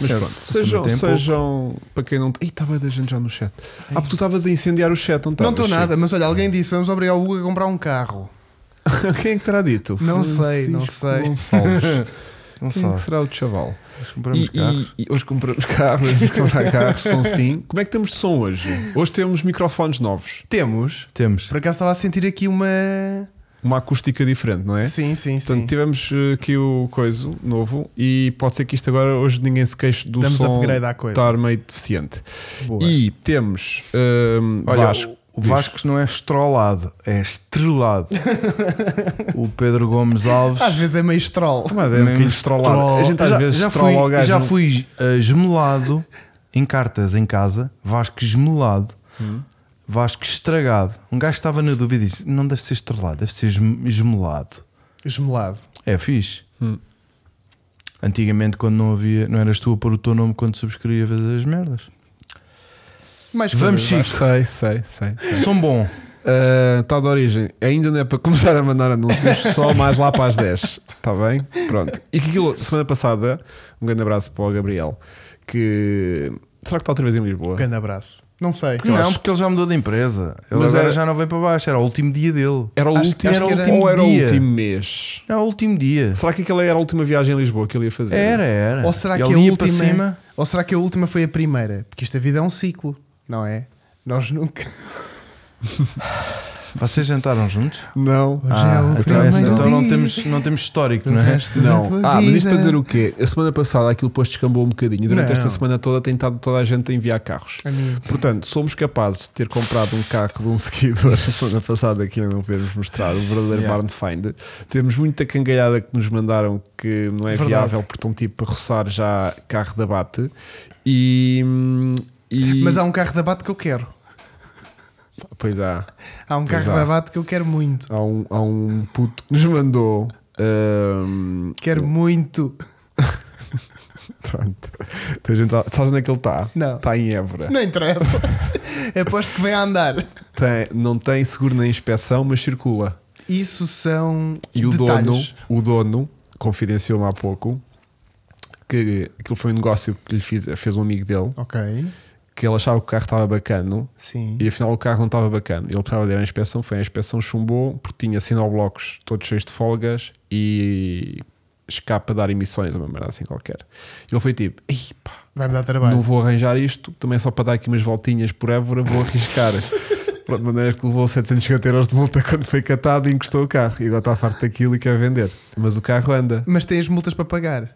Mas Certo. pronto, Isso sejam, também tem pouco. sejam para quem não. Ih, estava da gente já no chat. Ah, porque tu estavas a incendiar o chat, não Não estavas? estou Chico? nada, mas olha, alguém disse: vamos obrigar o Hugo a comprar um carro. quem é que terá dito? Não sei, não Francisco sei. Gonçalves. Não Quem é que sei. será o chaval? Nós compramos E- e- carros. E, hoje compramos carros, vamos comprar carros, são sim. Como é que temos de som hoje? Hoje temos microfones novos, Temos. Temos. Por acaso estava a sentir aqui uma. uma acústica diferente, não é? Sim, sim, sim. Portanto, tivemos eh, aqui o coiso novo e pode ser que isto agora hoje ninguém se queixe do Damos som upgrade à coisa. estar meio deficiente. Boa. E temos ehm, Olha, Vasco. o Vasco não é estrolado, é estrelado. o Pedro Gomes Alves. Às vezes é meio troll. Mas é um mesmo bocadinho estrolado. troll. A gente às já, vezes já estrola fui, o gajo. já não- fui eh, gemelado em cartas em casa, Vasco gemelado, Vasco estragado. Um gajo estava na dúvida e disse: não deve ser estrelado, deve ser gem- gemelado. Esmelado. É fixe. Antigamente, quando não havia, não eras tu a pôr o teu nome quando subscrevias as merdas. Mais Vamos, coisas, Chico. Sei, sei, sei. Som um bom. Está de origem. Ainda não é para começar a mandar anúncios, só mais lá para as 10. Está bem? Pronto. E que aquilo, semana passada, um grande abraço para o Gabriel, que. Será que está outra vez em Lisboa? Um grande abraço. Não sei. Porque não, porque ele já mudou de empresa. Ele Mas agora era- já não vem para baixo. Era o último dia dele. Era o Acho- último, acho que era o era- último ou era o dia. último mês? Era o último dia. Será que aquela era a última viagem a Lisboa que ele ia fazer? Era, era. Ou será, que é Ele a ia para última, cima? ou será que a última foi a primeira? Porque esta vida é um ciclo, não é? Nós nunca. Vocês jantaram juntos? Não. Ah, é o então, primeiro essa- então não, dia. temos, não temos histórico, não O é? resto da Não. tua Ah, mas isto vida. para dizer o quê? A semana passada aquilo depois descambou um bocadinho. Durante Não. esta semana toda tem estado toda a gente a enviar carros. A mim. Portanto, somos capazes de ter comprado um carro de um seguidor a semana passada que ainda não podemos mostrar, um verdadeiro Yeah. Barn Finder. Temos muita cangalhada que nos mandaram que não é Verdade. viável porque estão tipo a roçar já carro de abate. E. hum, e- Mas há um carro de abate que eu quero. Pois há. Há um Pois carro de há. abate que eu quero muito. Há um, há um puto que nos mandou. hum, Quero muito. pronto. Então, a gente, tá- sabes onde é que ele está? Não. Está em Évora. Não interessa. Aposto que vem a andar. Tem- não tem seguro nem inspeção, mas circula. Isso são. E o detalhes. dono, o dono, confidenciou-me há pouco que aquilo foi um negócio que lhe fiz, fez um amigo dele, Ok. que ele achava que o carro estava bacano Sim. e afinal o carro não estava bacana. Ele precisava de ir à inspeção, foi à inspeção, chumbou, porque tinha sinoblocos todos cheios de folgas e escapa a dar emissões, uma merda assim qualquer. Ele foi tipo, "Ei, pá, Vai-me dar trabalho. não vou arranjar isto, também é só para dar aqui umas voltinhas por Évora, vou arriscar. Pronto, de maneira que levou 750 euros de multa quando foi catado e encostou o carro. E agora está farto daquilo e quer vender. Mas o carro anda. Mas tem as multas para pagar.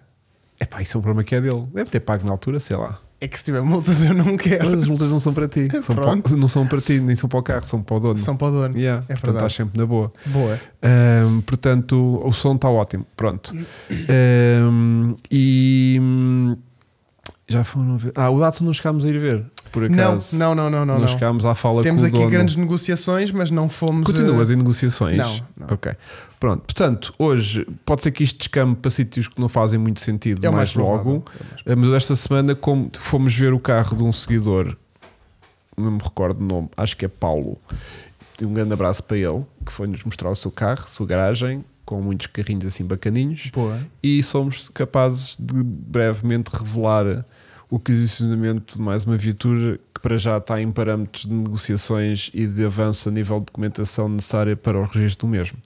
Epá, isso é um problema que é dele. Deve ter pago na altura, sei lá. É que se tiver multas eu não quero. Mas as multas não são para ti. São para, É. Pronto. não são para ti, nem são para o carro, são para o dono. São para o dono. Yeah, É portanto, verdade. estás sempre na boa. Boa. Ahm, portanto, o som está ótimo. Pronto. Ahm, e. hum, Já foram ver. Ah, o Datsun não chegámos a ir ver. Por acaso. Não, não, não, não, não. não, não. chegámos à fala Temos com o aqui dono. grandes negociações, mas não fomos. Continuas eh, em negociações? Não, não. Ok. Pronto. Portanto, hoje pode ser que isto descame para sítios que não fazem muito sentido É o mais, mais provável. logo. Eh, Mas esta semana, como fomos ver o carro de um seguidor, não me recordo o nome, acho que é Paulo. E Um grande abraço para ele, que foi-nos mostrar o seu carro, a sua garagem, com muitos carrinhos assim bacaninhos. Boa. E somos capazes de brevemente revelar o posicionamento de mais uma viatura que para já está em parâmetros de negociações e de avanço a nível de documentação necessária para o registro do mesmo.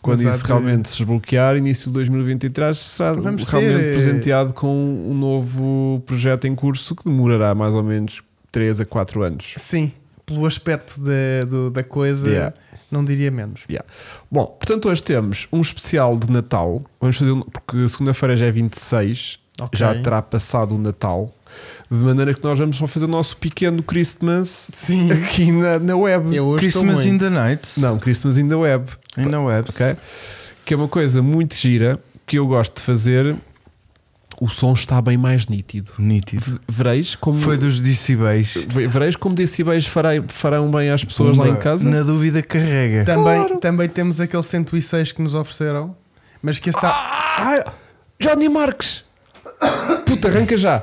Quando Mas há isso de- realmente se desbloquear, início de 2023, será Vamos ter, realmente eh, presenteado com um novo projeto em curso que demorará mais ou menos 3 a 4 anos. Sim, pelo aspecto da, do- da coisa, Yeah. não diria menos. Yeah. Bom, portanto, hoje temos um especial de Natal. Vamos fazer um, porque segunda-feira já é 26, Ok. já terá passado o Natal. De maneira que nós vamos só fazer o nosso pequeno Christmas Sim. aqui na, na web. Eu hoje Christmas estou in muito. the night. Não, Christmas in the web, In the web. ok? Que é uma coisa muito gira que eu gosto de fazer. O som está bem mais nítido. Nítido. V- Vereis como, Foi dos decibéis. ve- vereis como decibéis farei- farão bem às pessoas lá em casa? Na dúvida, carrega. Também, também temos aquele 106 que nos ofereceram, mas que está. Ah, Johnny Marques! Puta, arranca já!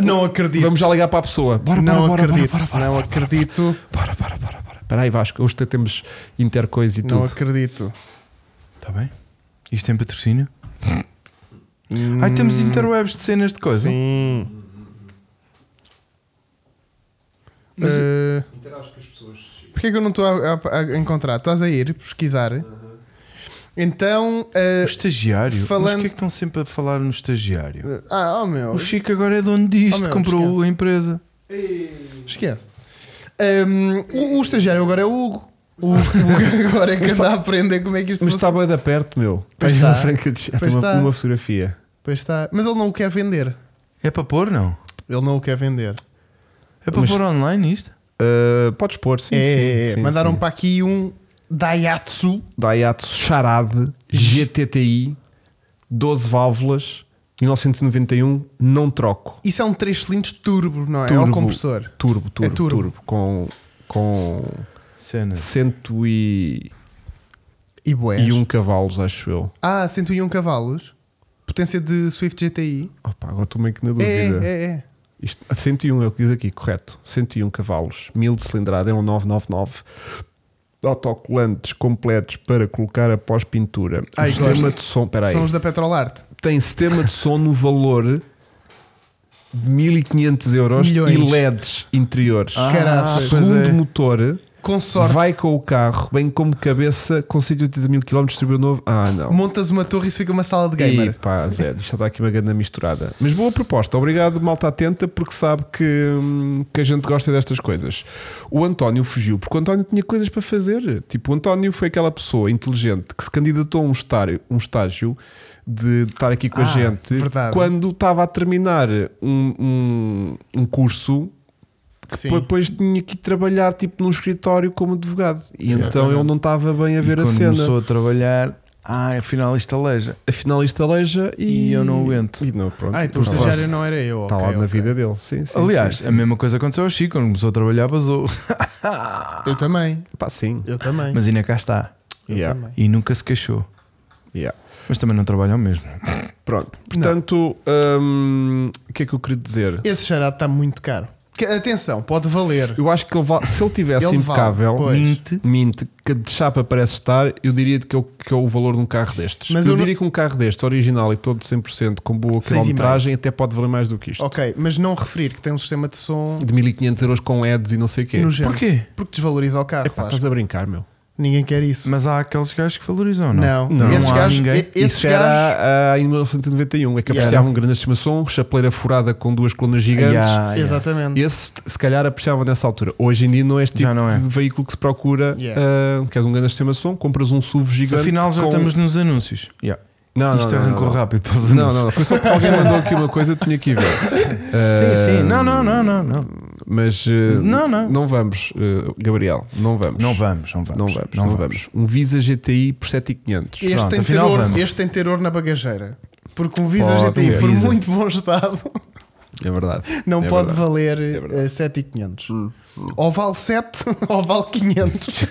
não acredito. Vamos já ligar para a pessoa. Ah, Bora, não bora, bora, acredito. bora, bora, não bora, acredito. Bora, bora, bora, bora. Espera aí, Vasco, hoje temos intercoisa e Não tudo. Tá acredito. Está bem? Isto tem patrocínio? Ai, temos interwebs de cenas de coisa. Hum, Sim. Mas- Eh, Interage com as pessoas. Porquê é que eu não estou a, a- a encontrar? Estás a ir pesquisar. Então. eh, O estagiário. Mas Falando- porquê é que estão sempre a falar no estagiário? eh, ah, oh meu. O Chico agora é dono disto, Oh, meu, comprou a empresa. Esquece. Ehm, o, o estagiário agora é o Hugo. O Hugo agora é que anda a aprender como é que isto Mas está funciona. bem da perto, meu. Pois Tens está. uma franca de Pois uma, está. uma fotografia. Pois está. Mas ele não o quer vender. É para pôr, não? Ele não o quer vender. É para Mas- pôr online isto? Ah, podes pôr, sim. é, sim, é, é. sim, Mandaram sim. para aqui um Daihatsu. Daihatsu Charade GTTI 12 válvulas 1991 não troco Isso é um 3 cilindros turbo, não é? É o Turbo. compressor. turbo turbo É turbo, turbo. com com Cena. 101 E um boés. cavalos acho eu Ah, 101 cavalos. Potência de Swift GTI. Opa, agora estou meio que na É, dúvida é, é. Isto, 101 é o que diz aqui correto 101 cavalos 1000 de cilindrada é um 999 autocolantes completos para colocar após pintura Ai, o sistema gosto. de som peraí. São os da Petrolarte. tem sistema de som no valor de 1500 euros Milhões. e LEDs interiores. Ah, Caraças. pois Segundo é. motor, Com sorte. vai com o carro, bem como cabeça, com 180 mil km, distribuiu novo. Ah, não. Montas uma torre e isso fica uma sala de E gamer. pá, Zé, isto está aqui uma grande misturada. Mas boa proposta, obrigado, malta atenta, porque sabe que, hum, que a gente gosta destas coisas. O António fugiu, porque o António tinha coisas para fazer. Tipo, o António foi aquela pessoa inteligente que se candidatou a um estágio, um estágio de estar aqui com a Ah, gente verdade. quando estava a terminar um, um, um curso. Sim. que Depois tinha que ir trabalhar tipo num escritório como advogado e então Exatamente. ele não estava bem a E ver a quando cena. começou a trabalhar, ah, afinal isto aleja. Afinal, isto aleija e, E eu não aguento. E não, pronto. Ah, então o Pronto. estagiário não era eu. Está ok, lá na ok. vida dele. Sim, sim, Aliás, sim, sim. a mesma coisa aconteceu ao Chico, quando começou a trabalhar, vazou. Eu também. Pá, sim. Eu também. Mas ainda cá está. eu Yeah. também. E nunca se queixou. Yeah. Mas também não trabalham mesmo. Pronto. Portanto, hum, o que é que eu queria dizer? Esse charado está muito caro. Que- atenção, pode valer. Eu acho que ele va- se ele tivesse Ele vale, impecável, pois. minte, minte, que de chapa parece estar, eu diria que é o, que é o valor de um carro destes. Mas eu, eu não- diria que um carro destes, original e todo 100%, com boa Seis e meio. quilometragem, até pode valer mais do que isto. Ok, mas não referir que tem um sistema de som De 1500 euros com LEDs e não sei o quê. no género. Porquê? Porque desvaloriza o carro. Epá, Vasco. estás a brincar, meu. Ninguém quer isso. Mas há aqueles gajos que valorizam, não? Não, Não, esses não há gajos, ninguém. e- esses Isso gajos- era ah, em 1991, é que Yeah. apreciavam um grande estimação, chapeleira furada com duas colunas gigantes. Yeah, yeah. Exatamente. Esse se calhar apreciava nessa altura. Hoje em dia não é este tipo Já não é. de veículo que se procura. Yeah. ah, queres um grande sistema de som, compras um SUV gigante. Afinal, já com- Ah, estamos nos anúncios. Yeah. Não, não, Isto não, arrancou não, não. rápido para os anúncios. Não, não, não. Foi só porque alguém mandou aqui uma coisa, eu tinha que ir ver. Sim, sim. Ah, Não, não, não, não, não. Mas ah, Não, não. não vamos, ah, Gabriel, não vamos. Não vamos, não vamos. Não vamos, não vamos. Um Visa GTI por 7500. Este, Pronto, tem afinal terror, vamos. este tem terror na bagageira. Porque um Visa Pode, GTI, um por Visa. muito bom estado, É verdade. não É pode verdade. valer É verdade. eh, 7,500. Hum, Ou vale 7, ou vale 500.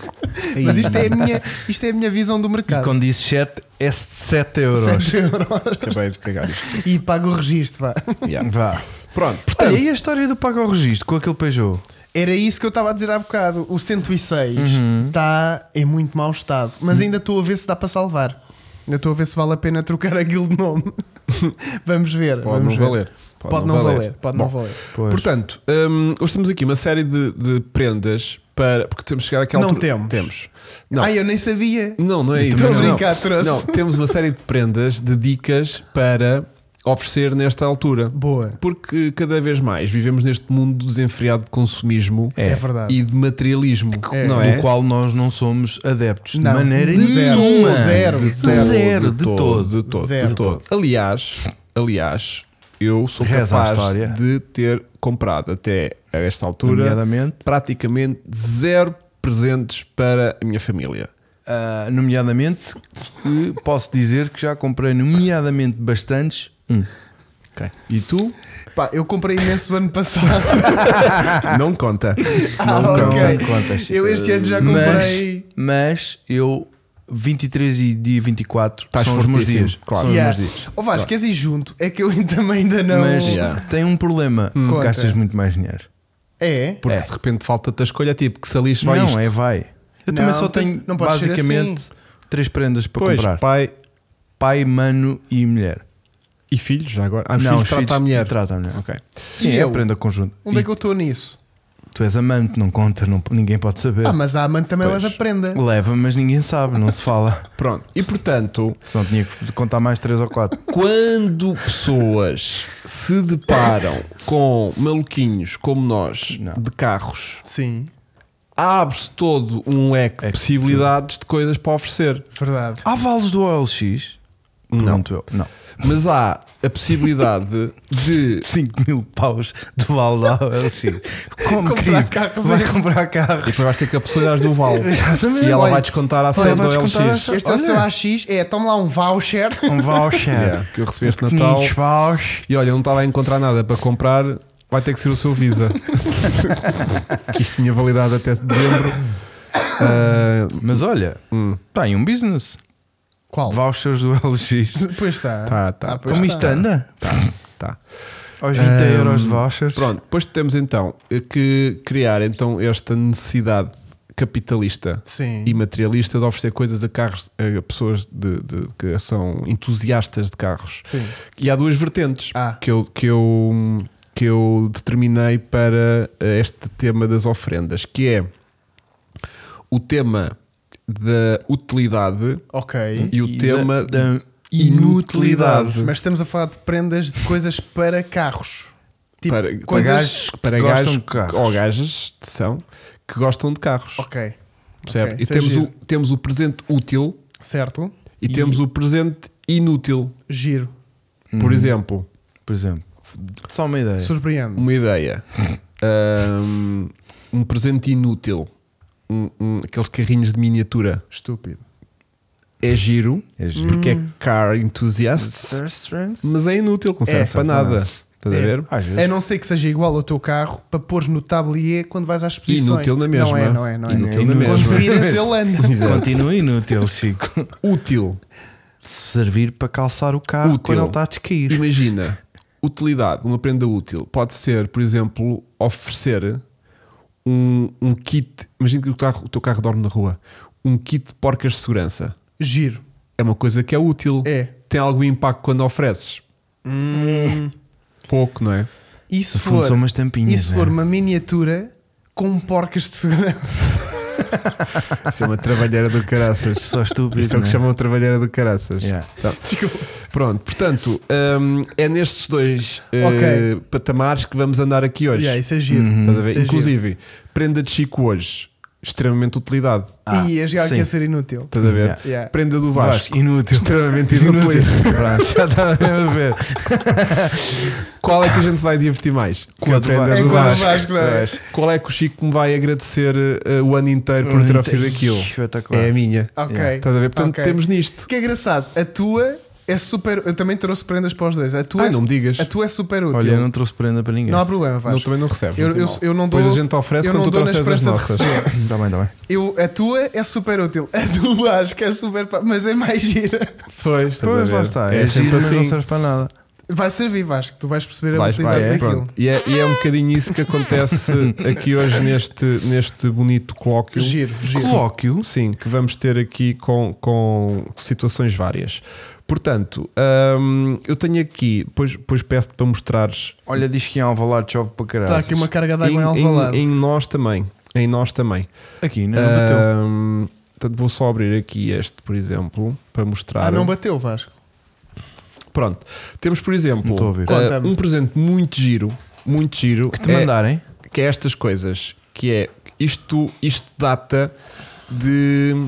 Mas isto é, a minha, isto é a minha visão do E mercado. quando diz 7, é 7 euros. 7 euros. Acabei de cagar isto. E paga o registro, vá. Yeah. Vá. Pronto, Olha, portanto. e a história do pago ao registro com aquele Peugeot? Era isso que eu estava a dizer há bocado. O 106 Uhum. está tá em muito mau estado, mas Hum. ainda estou a ver se dá para salvar. Ainda estou a ver se vale a pena trocar aquilo de nome. vamos ver. Pode vamos não ver. valer. Pode, não valer. Pode não Bom, valer. Pois. Portanto, hum, hoje temos aqui uma série de, de prendas para. Porque temos que chegar àquela Não altura. temos. Não. Ai, eu nem sabia. Não, não é Estou isso. a não, brincar, não. trouxe. Não, temos uma série de prendas, de dicas para oferecer nesta altura. Boa. Porque cada vez mais vivemos neste mundo desenfreado de consumismo É, verdade. e de materialismo, É. não do é? qual nós não somos adeptos Não. de maneira De zero. nenhuma. Zero. De Zero. zero, de todo. de todo, Zero. de todo. Aliás, aliás, eu sou Reza a história. capaz de ter comprado até a esta altura Nomeadamente, praticamente zero presentes para a minha família. ah, nomeadamente, que posso dizer que já comprei, nomeadamente, bastantes. Hum. E tu? Pá, eu comprei imenso o ano passado. Não conta. Ah, Não ok. conta. Não contas. Eu este ano já Mas, comprei. mas eu, 23 e dia 24, Estás são os meus fortíssimo, dias. claro. São os Yeah. meus dias. Oh, Vasco, queres ir junto? É que eu também ainda não. Mas Yeah. tem um problema: Hum. Conta. gastas muito mais dinheiro. É? Porque É. de repente falta-te a escolha, tipo, que salis vai não, isto. é vai. Eu Não, também só tem- tenho não pode ser assim. basicamente três prendas para Pois, comprar: pai, pai, mano e mulher. E filhos, já agora? Ah, os filhos os trata filhos- a mulher. Trata a mulher. Ok. Sim, E é eu? a prenda conjunto. Onde E é que eu estou nisso? Tu és amante, não conta, não- ninguém pode saber. Ah, mas a amante também Pois. leva prenda. Leva, mas ninguém sabe, não se fala. Pronto. E portanto, Senão tinha que contar mais 3 ou 4. quando pessoas se deparam com maluquinhos como nós Não. de carros, Sim, abre-se todo um leque de É possibilidades de coisas para oferecer. verdade. Ah, Há vales do OLX? Pronto, eu. Não. Mas há a possibilidade de 5 mil paus de vale da OLX. Como Comprar querido, carros Vai é- comprar E carros. depois vais ter que apostar do Val. Exatamente. E ela Olha, vai descontar a olha, cena do vai descontar a LX. ação. Este é o Olha. seu AX, é, toma lá um voucher. Um voucher. Yeah, que eu recebi este Natal. 500 paus. E olha, não estava a encontrar nada para comprar, vai ter que ser o seu Visa. que isto tinha validade até dezembro. Ah, Mas olha, tem um business. Qual? Vouchers do LX. Pois está. Tá, tá. pois Como está. isto anda? tá. Aos 20 euros de vouchers. Pronto, depois temos então que criar então esta necessidade capitalista Sim. e materialista de oferecer coisas a carros a pessoas de- de- que são entusiastas de carros. Sim. E há duas vertentes Ah. que, eu, que, eu, que eu determinei para eh, este tema das ofrendas, que é o tema da utilidade Ok. e o tema da, inutilidade. inutilidade. Mas estamos a falar de prendas de coisas para carros. Tipo, para, para coisas. gajos, para que gajos gostam de carros. ou gajas são que gostam de carros. Ok. percebe? Ok, E isso é temos o, giro. temos o presente útil Certo? e, temos o presente inútil. Giro. Hum. Por exemplo, Por exemplo. Só uma É. ideia. Surpreende. uma ideia. um, um presente inútil. Um- um- aqueles carrinhos de miniatura. Estúpido. É giro, É giro. porque é car enthusiasts, mas é inútil, não serve É. para nada. Estás a É. ver? Às vezes. A não ser que seja igual ao teu carro para pôres no tablier quando vais às exposições. Inútil na mesma. Não é, não é, não é. Inútil na Quando mesma. viras, ele anda. Continua inútil, Chico. Útil. Servir para calçar o carro Útil. quando ele está a descair. Imagina, utilidade, uma prenda útil, pode ser, por exemplo, oferecer um, um kit. Imagina que o, carro- o teu carro dorme na rua. Um kit de porcas de segurança. Giro. É uma coisa que é útil. É. Tem algum impacto quando ofereces? Hum. Pouco, não é? E se No fundo for, são umas tampinhas, e se né? for uma miniatura com porcas de segurança? Isso é uma trabalheira do caraças. Só estúpido. Isto é o né? que chamam de trabalheira do caraças. Yeah. Tá. Pronto, portanto, hum, é nestes dois eh, patamares que vamos andar aqui hoje. Yeah, isso é giro. Uhum. Estás a ver? Isso é Inclusive, prenda de Chico hoje, extremamente utilidade. Ah, e a jogar sim. aqui a ser inútil. Estás a ver? Yeah. Yeah. Prenda do Vasco. Vasco, inútil. Extremamente inútil. Pronto, já estava mesmo a ver. Qual é que a gente se vai divertir mais? Com a do prenda Vasco. do É com a do Vasco. Vasco, não é? Qual é que o Chico me vai agradecer eh, o ano inteiro por O ter ano oferecido inteiro. aquilo? Espetacular. É a minha. Ok. Estás a ver? Portanto, Ok. temos nisto. Que é engraçado. A tua é super. Eu também trouxe prendas para os dois. A tua Ai, é, não me digas. A tua é super útil. Olha, eu não trouxe prenda para ninguém. Não há problema, Não, Vasco. também não recebes. Eu, muito eu, mal. eu não dou. Depois a gente oferece eu quando tu não dou na trouxeres as esperança de nossas. receber. Está Tá bem, está bem. Eu, a tua é super útil. A do Vasco é super. pa- Mas é mais gira. Foi, estás a Pois ver? lá está. É, É giro, sempre mas não assim. serve para nada. Vai servir, Vasco. Tu vais perceber a Vais, utilidade vai, é, daquilo. pronto. E, é, e é um bocadinho isso que acontece aqui hoje neste, neste bonito colóquio. Giro, giro. Colóquio. Sim, que vamos ter aqui com, com situações várias. Portanto, hum, eu tenho aqui, depois, depois peço-te para mostrares Olha, diz que em Alvalade chove para caralho. Está Tá aqui uma carga de água em em, Alvalade. em nós também. Em nós também. Aqui, não é bateu. Hum, portanto, vou só abrir aqui este, por exemplo, para mostrar. Ah, não bateu, Vasco. Pronto. Temos, por exemplo, Não estou a ouvir. eh, Conta-me. um presente muito giro, muito giro, Que te é- mandarem? que é estas coisas, que é isto, isto data de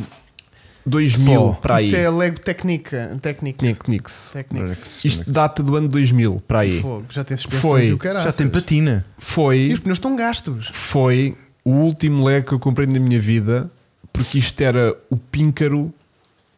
2000 Pô, para aí. Isso é Lego Técnica. Técnica. Technics. Técnica. é- Isto data do ano 2000 para aí. Fogo, já tem suspensões Foi. e o caralho. Já tem patina. E Foi, os pneus estão gastos. foi o último Lego que eu comprei na minha vida, porque isto era o píncaro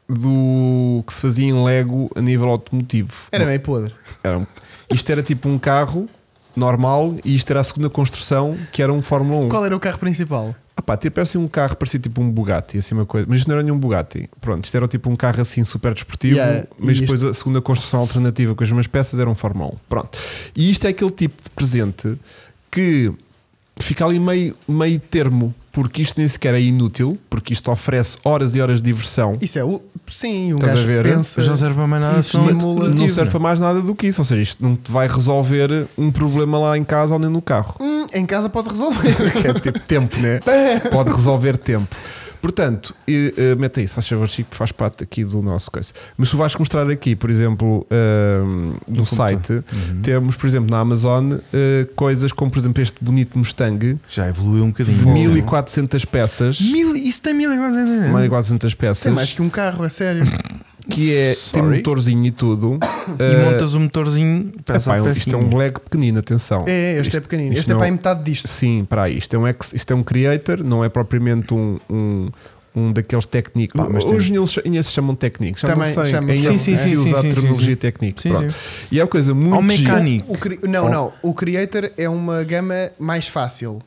do que se fazia em Lego a nível automotivo. Era meio podre. Era um- isto era tipo um carro normal e isto era a segunda construção que era um Fórmula 1. Qual era o carro principal? Ah pá, tipo, parecia um carro, parecia tipo um Bugatti, assim uma coisa. Mas isto não era nenhum Bugatti. Pronto, isto era tipo um carro assim super desportivo, Yeah, mas e depois a segunda construção alternativa um. com as mesmas peças era um Fórmula 1. Pronto. E isto é aquele tipo de presente que fica ali meio, meio termo, porque isto nem sequer é inútil, porque isto oferece horas e horas de diversão. Isso é o. Sim, um Estás a gajo ver? pensa. Já não serve para mais nada, Isso senão- estimula- Não produtivo, serve não para mais nada do que isso, ou seja, isto não te vai resolver um problema lá em casa ou nem no carro. Hum, em casa pode resolver. Que é tipo tempo, né? Pode resolver tempo. Portanto, e, eh, mete aí, se achas favor, Chico, faz parte aqui do nosso coisa. Mas se o vais mostrar aqui, por exemplo, ehm, do site, temos, por exemplo, na Amazon, eh, coisas como, por exemplo, este bonito Mustang, Já evoluiu um bocadinho. de 1400 peças. Mil, isso tem 1400. 1400 peças. Tem mais que um carro, é sério. que é, tem Sorry. motorzinho e tudo. E Eh, montas o motorzinho peça epá, a peça. isto é um leg pequenino, atenção. É, este Isto- é pequenino. isto Este é não- para aí metade disto. Sim, para aí. Isto é um, ex, isto é um creator, não é propriamente um, um, um daqueles técnicos. Pá, mas tem- Hoje eles, ainda se chamam técnicos. Já Também não sei. chamam- Ainda Sim, se sim, sim, usa sim, a sim, terminologia sim. técnica. Sim, pronto. sim. E é uma coisa muito. Ao gira. um mecânico. O cri- Não, Oh. não. O Creator é uma gama mais fácil.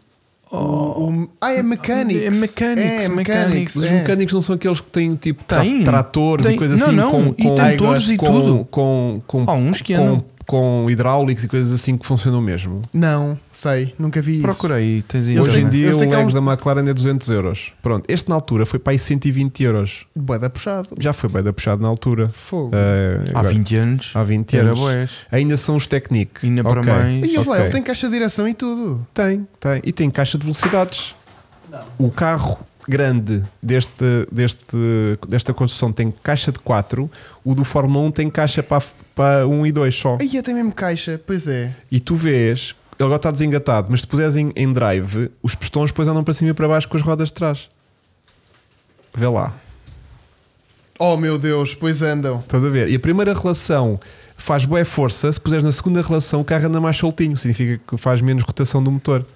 O- Oh. o- Ah, é Mechanics. É Mechanics, É Mechanics. Mechanics. Os é. mecânicos não são aqueles que têm tipo tra- Tem. tratores Tem. e coisas Não, assim não. com, E com, tratores e com, tudo. com, com, Há uns que com- andam. com hidráulicos e coisas assim que funcionam mesmo. Não, sei. Nunca vi isso. Procura aí, tens aí. Eu Hoje sei- em dia eu sei o que há leg uns- da McLaren é 200 euros. Pronto, este na altura foi para aí 120 euros. Bué da puxado. Já foi bem da puxado na altura. Fogo. Eh, Há agora- 20 anos. há 20 Era anos. boés. Ainda são os Technic. Ainda para Ok. mais. e ele, ok. ele tem caixa de direção e tudo. Tem, tem. E tem caixa de velocidades. O carro grande deste, deste, desta construção tem caixa de 4. O do Fórmula 1 tem caixa para, para 1 e 2 só. Aí tem mesmo caixa. Pois é. E tu vês, ele agora está desengatado, mas se puseres em, em drive, os pistões depois andam para cima e para baixo com as rodas de trás. Vê lá. Oh meu Deus, pois andam. Estás a ver? E a primeira relação faz boa força, se puseres na segunda relação, o carro anda mais soltinho, significa que faz menos rotação do motor.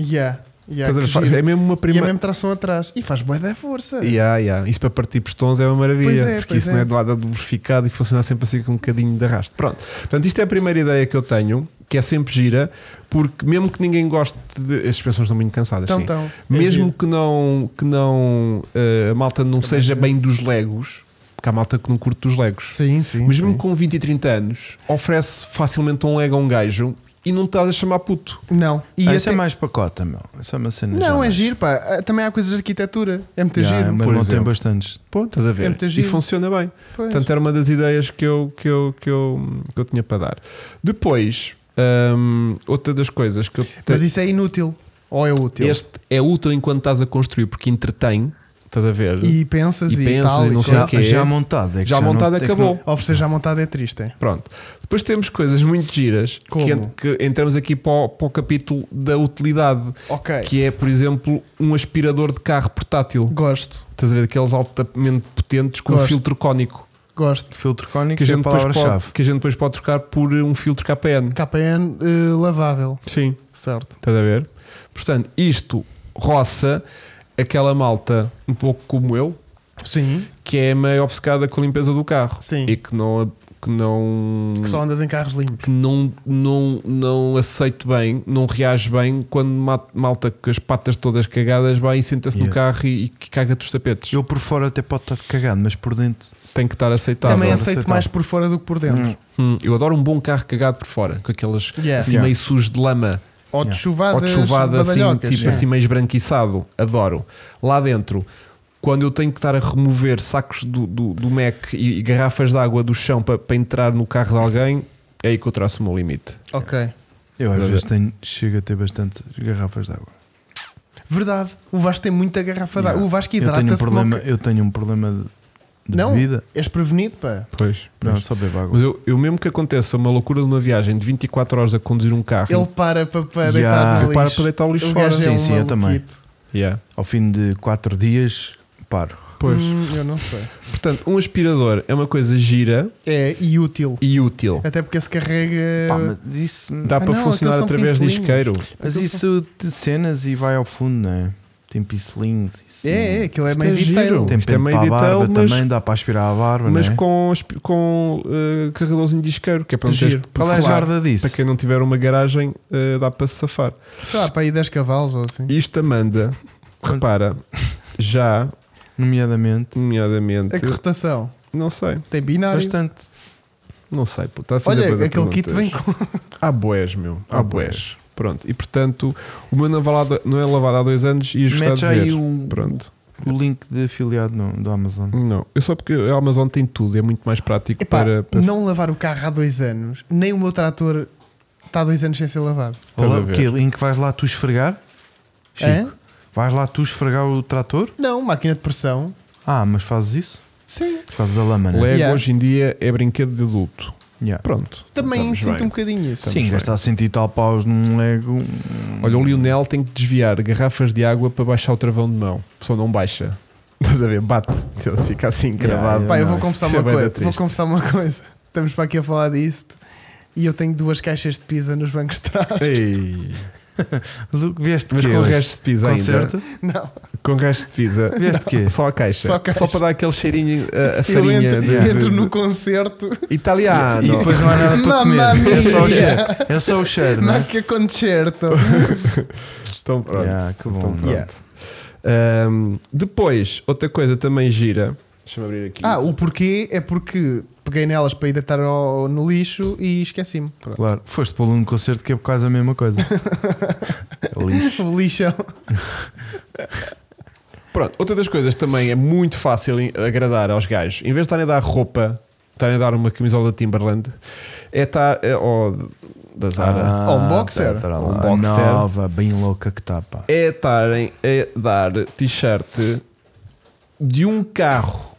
Yeah. yeah Estás a ver? que Faz- giro. É mesmo uma E é primeira. mesmo tração atrás. E faz bué da força. Yeah, yeah. Isso para partir pistões é uma maravilha, Pois é, porque pois isso não é. é do lado lubrificado e funciona sempre assim com um bocadinho de arrasto. Pronto, portanto, isto é a primeira ideia que eu tenho, que é sempre gira, porque mesmo que ninguém goste de. As suspensões estão muito cansadas, Então, sim. então. é Mesmo giro. é que não, que não eh, a malta não seja bem dos Legos, porque há malta que não curte dos Legos, Sim, sim. mas mesmo sim. com 20 e 30 anos, oferece facilmente um Lego a um gajo e não estás a chamar puto. Não. E E Ah, esse é até- mais pacota, meu. Isso é uma cena. já Não, é mais- giro, pá. Ah, Também há coisas de arquitetura. É muito Já, giro. Mas por não tem exemplo. bastantes. Pô, estás a É ver? muito e giro. funciona bem. Pois. Portanto, era uma das ideias que eu, que eu, que eu, que eu tinha para dar. Depois, hum, outra das coisas que eu Mas tenho- isso é inútil. Ou é útil. este é útil enquanto estás a construir, porque entretém, estás a ver? E pensas E e, pensas tal. e não sei qual. Já, o quê? já montado. É que já não- montado é que acabou. Oferecer já montado é triste. é? Pronto. Depois temos coisas muito giras Como? que, ent- que entramos aqui para o, para o capítulo da utilidade, Ok. que é, por exemplo, um aspirador de carro portátil. Gosto, Estás a ver? Aqueles altamente potentes com um Gosto. filtro cónico gosto. Filtro cónico que a, é a gente depois palavra-chave. pode, que a gente depois pode trocar por um filtro KPN. KPN eh, lavável, Sim. certo. Estás a ver? Portanto, isto roça aquela malta um pouco como eu, Sim. que é meio obcecada com a limpeza do carro Sim. e que não que não Que só andas em carros limpos. que não, não, não aceito bem, não reage bem quando ma- malta com as patas todas cagadas vai e senta-se no Yeah. carro e, e que caga-te os tapetes. Eu por fora até pode estar cagado, mas por dentro. Tem que estar aceitável. Também bom, aceito aceitável. mais por fora do que por dentro. Hum. Tá Hum, eu adoro um bom carro cagado por fora, com aquelas Yeah. assim Yeah. meio sujo de lama. Ou de Yeah. chuvadas, ou de chuvada assim, badalhocas, tipo é. assim meio esbranquiçado, adoro. Lá dentro, quando eu tenho que estar a remover sacos do, do, do Mac e, e garrafas de água do chão para, para entrar no carro de alguém, é aí que eu traço o meu limite. Ok. Eu às Estás a vezes tenho, chego a ter bastantes garrafas de água. Verdade, o Vasco tem muita garrafa de Yeah. água. O Vasco eu tenho um hidrata-se. problema, como- eu tenho um problema de, de Não, bebida. és prevenido, pá. Pois. Não, só bebo água. Mas eu, eu mesmo que aconteça uma loucura de uma viagem de 24 horas a conduzir um carro, Ele para para, para Yeah. deitar no eu lixo. paro para deitar o lixo O fora. gajo é Sim, um sim, eu também. maluquito. Yeah. Ao fim de 4 dias, paro. Pois. Hum, eu não sei. Portanto, um aspirador é uma coisa gira É, e útil. e útil. Até porque se carrega. Pá, mas isso, Dá Ah, para não, funcionar aqueles são através de pincelinhos. isqueiro. mas aquilo isso de cenas e vai ao fundo, não é? Tem pisselinhos. Isso É, é, aquilo é Isto meio é giro. detail. Tem Isto é pente meio para a detail, barba mas- também, dá para aspirar a barba, Mas não é? com, esp- com eh, carregadorzinho de isqueiro, que é para não ter Giro. Qual é a claro. jarda disso? Para quem não tiver uma garagem, eh, dá para se safar. Sei lá, para aí 10 cavalos ou assim. Isto Amanda, repara, já, Nomeadamente, nomeadamente, A É que rotação? não sei, Tem binário. bastante. não sei, puta, a fazer Olha, bué de aquele kit perguntas. vem com. Há boés, meu, há Há boés. Pronto. E portanto, o meu não é lavado, não é lavado há dois anos e ajustado Mete de aí ver. o, Pronto. o link de afiliado no- do Amazon. Não. Eu só porque a Amazon tem tudo, é muito mais prático Epá, para. para- não lavar o carro há dois anos, nem o meu trator está há dois anos sem ser lavado. Estás a Olá, ver. que em que vais lá tu esfregar? Chico, Hã? vais lá tu esfregar o trator? Não, máquina de pressão. Ah, mas fazes isso? Sim. Por causa da lama, né? Lego Yeah. hoje em dia é brinquedo de adulto. Yeah. Pronto. Também Estamos sinto bem. um bocadinho isso. Sim, gastar 100 e tal paus num Lego. Olha, o Lionel tem que desviar garrafas de água para baixar o travão de mão. A pessoa não baixa. Estás a ver? Bate. Ele fica assim cravado. Pá, eu Não, vou confessar isso é uma bué da coisa. Vou triste. confessar uma coisa. Estamos para aqui a falar disto e eu tenho duas caixas de pizza nos bancos de trás. Ei. Lu- Vieste Mas que com o hoje? resto de pizza Concerto? ainda. Não. Com o resto de pizza. Vieste quê? Só a caixa. Só a caixa. para dar aquele cheirinho eh, a, a Eu farinha. entro, de- entro de- no concerto. Italiano. E depois Ah, não há nada para Mamma comer. É só o mia. cheiro. É só o cheiro, não é? Macca concerto. Então, pronto. Yeah, que bom. Então, pronto. Yeah. Ahm, depois, outra coisa também gira. Deixa-me abrir aqui. Ah, o porquê é porque peguei nelas para ir deitar ao- no lixo e esqueci-me. Pronto. Claro, foste pô-lo num concerto que é por causa da mesma coisa. É lixo. O lixão. Pronto, outra das coisas também é muito fácil em- agradar aos gajos. Em vez de estarem a dar roupa, estarem a dar uma camisola da Timberland, é estar. É, ou da Zara. Ah, Ou um boxer. tá, tá lá. Ou um boxer. Nova, bem louca que está, pá. É estarem a dar t-shirt de um carro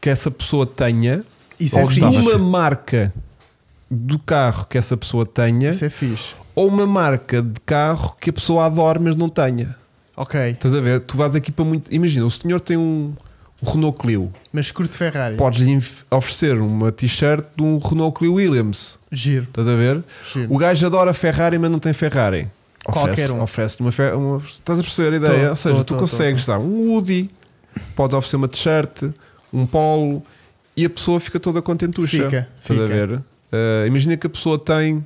que essa pessoa tenha, Isso é ou de fixe. uma marca do carro que essa pessoa tenha, Isso é fixe. ou uma marca de carro que a pessoa adora, mas não tenha. Ok. Estás a ver? Tu vais aqui para muito. Imagina, o senhor tem um, um Renault Clio. Mas curto Ferrari. podes lhe inf- oferecer uma t-shirt de um Renault Clio Williams. Giro. Estás a ver? Giro. O gajo adora Ferrari, mas não tem Ferrari. Qualquer Oferece- um. Oferece-te uma, Fer- uma. Estás a perceber a ideia? Tô, Ou seja, tô, tu tô, consegues dar um Woody, podes oferecer uma t-shirt, um polo e a pessoa fica toda contentucha. Fica, Estás a fica. ver? Ah, imagina que a pessoa tem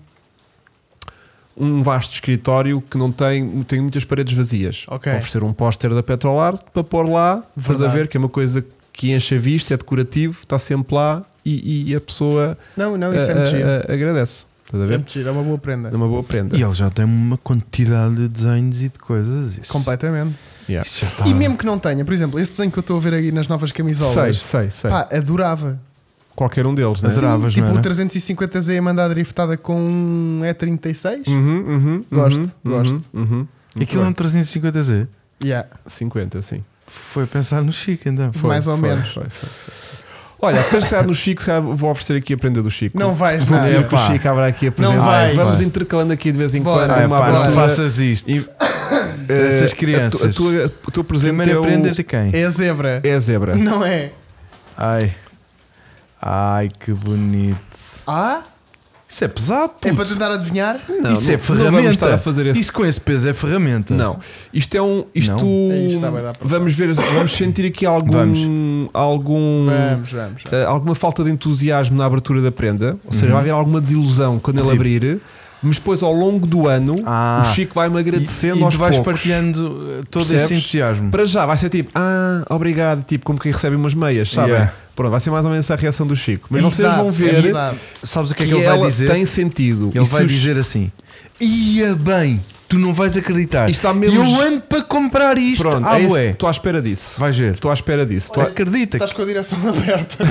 um vasto escritório que não tem, tem muitas paredes vazias. Ok. Oferecer um póster da Petrolar para pôr lá, estás a Verdade. ver? Que é uma coisa que enche a vista, é decorativo, está sempre lá e, e a pessoa Não, não, isso é muito a- giro. a- a- agradece. Estás a É ver? muito giro, é uma boa prenda. É uma boa prenda. E ele já tem uma quantidade de desenhos e de coisas. Isso, Completamente. Yeah. isso já tá- E mesmo que não tenha, por exemplo, esse desenho que eu estou a ver aí nas novas Sei, camisolas, sei, sei. pá, adorava. Qualquer um deles, né? Mas- Adoravas, tipo não o era? 350Z a mandar driftada com um E36. Uhum, uhum, Gosto, uhum, gosto. uhum, uhum. Muito Aquilo é um bem. 350Z. Yeah, 50, sim. Foi pensar no Chico, então. Foi, mais ou foi, menos. foi, foi, foi. Olha, a pensar no Chico, se calhar vou oferecer aqui a prenda do Chico. Não vais Vou nada. pedir que o Epá. Chico abra aqui a prenda. Não vai. é Vamos Vai. intercalando aqui de vez em Bora. quando Ah, uma pá, abertura. Tá, não faças isto. E- Essas Eh, crianças. A, tu- a tua, o teu presente Primeiro é, o- aprende de quem? É a zebra. é a zebra. Não é? Ai. Ai, que bonito. Ah? Isso é pesado, É puto. para tentar adivinhar? Não, Isso não- não é vamos estar ferramenta. a fazer esse- Isso com esse peso é ferramenta. Não, isto é um. Isto. Não. Isto está bem, dá para vamos ver, vamos sentir aqui algum. algum Vamos, vamos. eh, alguma falta de entusiasmo na abertura da prenda, ou seja, vai haver alguma desilusão quando ele Uhum. Tipo- abrir, mas depois ao longo do ano Ah. o Chico vai-me agradecendo e, e aos tu vais poucos. partilhando eh, todo esse Percebes? entusiasmo. Para já vai ser tipo, ah, obrigado, tipo, como quem recebe umas meias, sabem? Yeah. Pronto, vai ser mais ou menos essa a reação do Chico. Mas Exato, vocês vão ver exato. Sabes o que que, é que, ele ela vai dizer? tem sentido. Ele E vai se os- dizer assim: Ia bem, tu não vais acreditar. Isto há mesmo- Eu ando para comprar isto. Pronto, ah, é isso, ué. estou à espera disso. Vais ver. Estou à espera disso. Estou à- Acredita Estás com a direção aberta.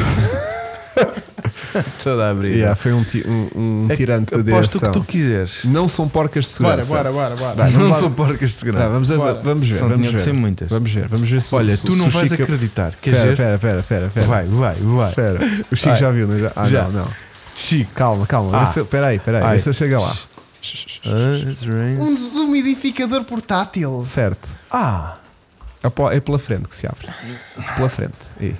que toda a abrir. Yeah, foi um, ti- um, um tirante da Aposto o que direção. tu quiseres. Não são porcas de Bora, segurança. bora, bora, bora. Vai, não vamos lá. são porcas de Vai, segurança. vamos, a- Bora. vamos ver, Só vamos tinham que ver. ser muitas. Vamos ver, vamos ver se Olha, se- tu se não o vais Chico- acreditar. Queres Espera, espera, ver? espera, espera, espera. Vai, vai, vai. Espera. O Chico Vai. já viu, não já? Ah, Já. não, não. Chico, calma, calma. Ah. Vê se- Espera aí, espera aí. Ai. Vê se chega lá. Ah, it's rains. Um desumidificador portátil. Certo. Ah, É pela- É pela frente que se abre. Pela frente. Aí.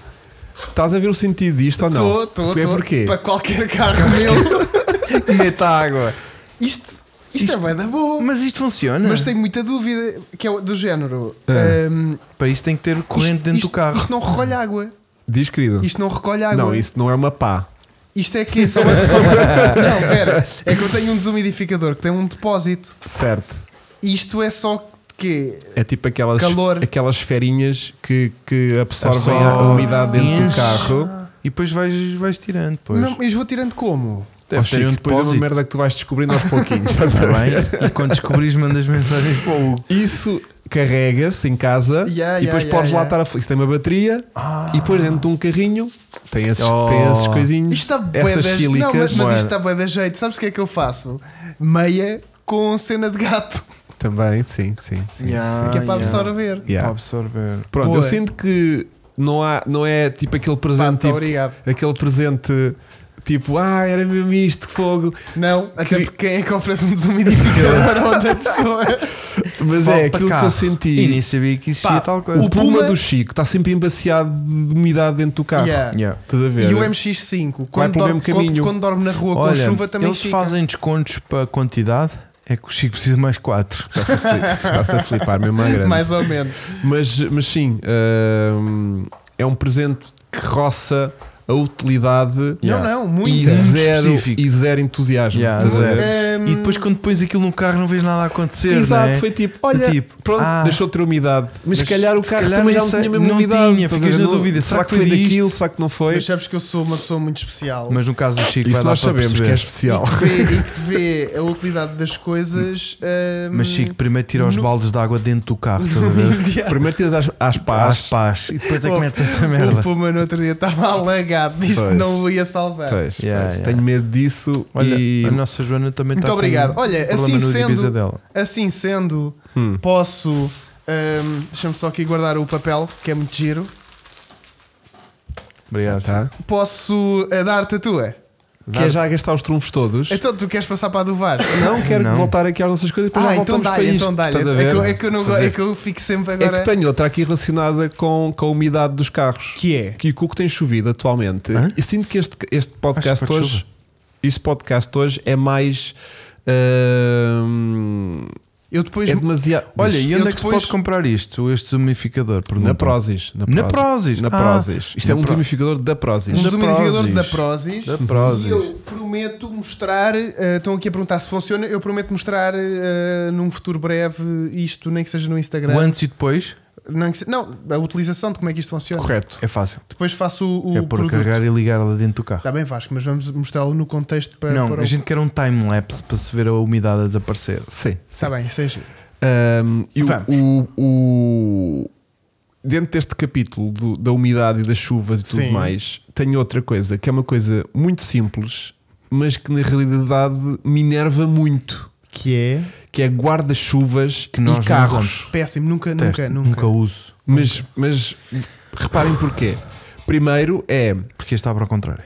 Estás a ver o sentido disto ou não? Tô, tô, é tô. porquê? Para qualquer carro meu. meta água. Isto, isto, é bem da boa. Mas é. isto funciona. Mas tenho muita dúvida, que é do género. É. hum, Para isso tem que ter corrente isto- dentro isto- do carro. Isto não recolhe água. Diz, querido. Isto não recolhe água. Não, isso não é uma pá. Isto é que é só, uma- só uma- Não, pera. É que eu tenho um desumidificador que tem um depósito. Certo. Isto é só que É tipo aquelas, Calor. aquelas ferinhas que, que absorvem Absorve. a umidade dentro do Enche. carro. E depois vais, vais tirando. Pois. Não, mas vou tirando como? Deve Aos ter, Chico, e depois é uma um depósito. merda que tu vais descobrindo aos pouquinhos, estás a Está ver? bem? E quando descobris, mandas mensagens para o Hugo. Isso carrega-se em casa Yeah, e depois yeah, podes yeah, lá estar. A, f- isso tem uma bateria Ah. e depois dentro de um carrinho tem esses, Oh. tem esses coisinhos. Isto está bué essas da- sílicas. Não, mas, mas bué. isto está bem da jeito. Sabes o que é que eu faço? Meia com cena de gato, Também, sim, sim. sim. que é para absorver. Ah, Yeah. Para absorver. Pronto, eu Boa. sinto que não, há, não é tipo aquele Pá, tá presente. muito tipo, obrigado. aquele presente tipo, ah, era mesmo isto, que fogo. Não, até Queria- porque quem é que oferece-nos um identificador a outra pessoa? Mas é Volta aquilo cá. que eu E senti. nem sabia que existia Pá, tal coisa. O puma Puma- do Chico está sempre embaciado de umidade dentro do carro. Yeah. Yeah. Estás a ver? E o MX5, Vai quando pelo dorme, mesmo caminho. quando, quando dorme na rua Olha, com chuva, também eles fica. fazem descontos para quantidade. É que o Chico precisa de mais 4. Está-se a flipar, está-se a flipar mesmo à grande. Mais um. ou menos. Mas, mas sim, hum, é um presente que roça a utilidade Yeah. Não, não, e, muita. Muito zero, específico. e zero entusiasmo. Yeah, Estás a ver? zero. Hum, E depois, quando pões aquilo no carro, não vês nada a acontecer. Exato, não é? foi tipo, olha, Tipo, pronto, ah, deixou de ter umidade. Mas, se mas calhar o se carro calhar também já nem não sei- tinha mesmo não umidade. tinha, estás a ficas ver? na Não- dúvida, será será que que foi foi disto? daquilo? Será que não foi? Mas sabes que eu sou uma pessoa muito especial. Mas no caso do Chico, Isso vai dar nós para sabemos que é perceber. especial. E que vê, e que vê a utilidade das coisas. hum, Mas Chico, primeiro tira os No- baldes de água dentro do carro, estás a ver? imediato. Primeiro tiras às, às Paz, pás. paz. E depois é que Oh, metes essa O merda. Puma no outro dia estava alagado, isto Pois. não o ia salvar. Pois, Yeah, pois, yeah. Tenho medo disso Olha, e a nossa Joana também Muito está obrigado. com Olha, um problema assim no sendo- divisa dela. Assim sendo, Hum. posso. hum, Deixa-me só aqui guardar o papel, que é muito giro. Obrigado. tá. Posso eh, dar-te a tua? quer é já gastar os trunfos todos? Então tu queres passar para a do VAR? Não, quero Não. voltar aqui às nossas coisas e depois Ah, já então voltamos para dá-lhe, isto. então dá-lhe. Estás a É, que eu- ver? é que eu não go- Fazer. é que eu fico sempre É agora. que tenho outra aqui relacionada com, com a umidade dos carros. Que é? Que o cu que tem chovido atualmente. Hã? E sinto que este, este podcast Acho que foi hoje. Este podcast hoje é mais. ahm, Eu depois. é demasiado. Olha, e Eu onde é que se depois- pode comprar isto, este umidificador? na Perguntam. Prozis. Na Na Prozis. Prozis, Na ah. Prozis. Isto é Na um Pro- desumidificador da Prozis. Um Da desumidificador Prozis. da Prozis. Da Prozis. E eu prometo mostrar. eh, estão aqui a perguntar se funciona. Eu prometo mostrar eh, num futuro breve isto, nem que seja no Instagram. O antes e depois Não, que se- não, a utilização de como é que isto funciona. Correto. é fácil. Depois faço o, o é pôr a produto. carregar e ligar lá dentro do carro. Está Tá bem, Vasco, mas vamos mostrá-lo no contexto para. não, para a gente quer um time-lapse para se ver a umidade a desaparecer. Sim. Está Tá bem, é seja. Um, e o, Vamos. o- o- dentro deste capítulo do- da umidade e das chuvas e tudo Sim. mais, tenho outra coisa que é uma coisa muito simples, mas que na realidade me enerva muito, Que é. que é guarda-chuvas Que nós e não carros. usamos. Péssimo, nunca, Teste, nunca, nunca. uso. Mas, mas reparem porquê. Primeiro é Porque este abre ao contrário.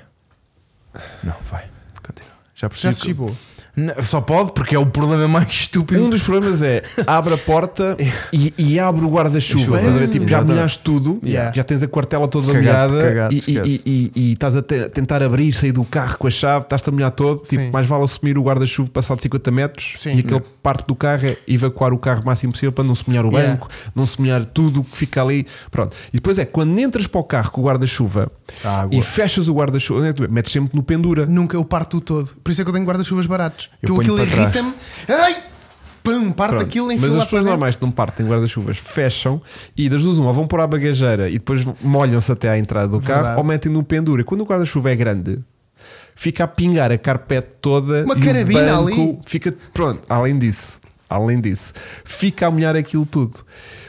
Não, vai. Continua. Já Já percebi. se que- chibou. Não, só pode, porque é o problema mais um estúpido. dos problemas é abre a porta e, e abre o guarda-chuva. Chuva. Estás a ver? Tipo, já Exatamente. molhaste tudo, Yeah. já tens a quartela toda Cagado, molhada cagado, e, e- esquece. e- e- e estás a te- tentar abrir, sair do carro com a chave, estás-te a molhar todo. Tipo, Sim. mais vale assumir o guarda-chuva passado 50 metros Sim. e aquele parte do carro é evacuar o carro o máximo possível para não se molhar o Yeah. banco, não se molhar tudo o que fica ali. Pronto. E depois é quando entras para o carro com o guarda-chuva A Tá, água. e fechas o guarda-chuva, onde é que tu- metes sempre no pendura. Nunca eu parto o todo. Por isso é que eu tenho guarda-chuvas baratos. Eu Que eu ponho aquilo para trás. irrita-me. Ai! Pum, parto Pronto, aquilo em mas fila as para pessoas dentro. normais que não partem guarda-chuvas fecham e das duas uma ou vão pôr à bagageira e depois molham-se até à entrada do carro Verdade. ou metem no pendura. E Quando o guarda-chuva é grande, fica a pingar a carpete toda Uma e o carabina banco ali. Fica, pronto, além disso, além disso, fica a molhar aquilo tudo.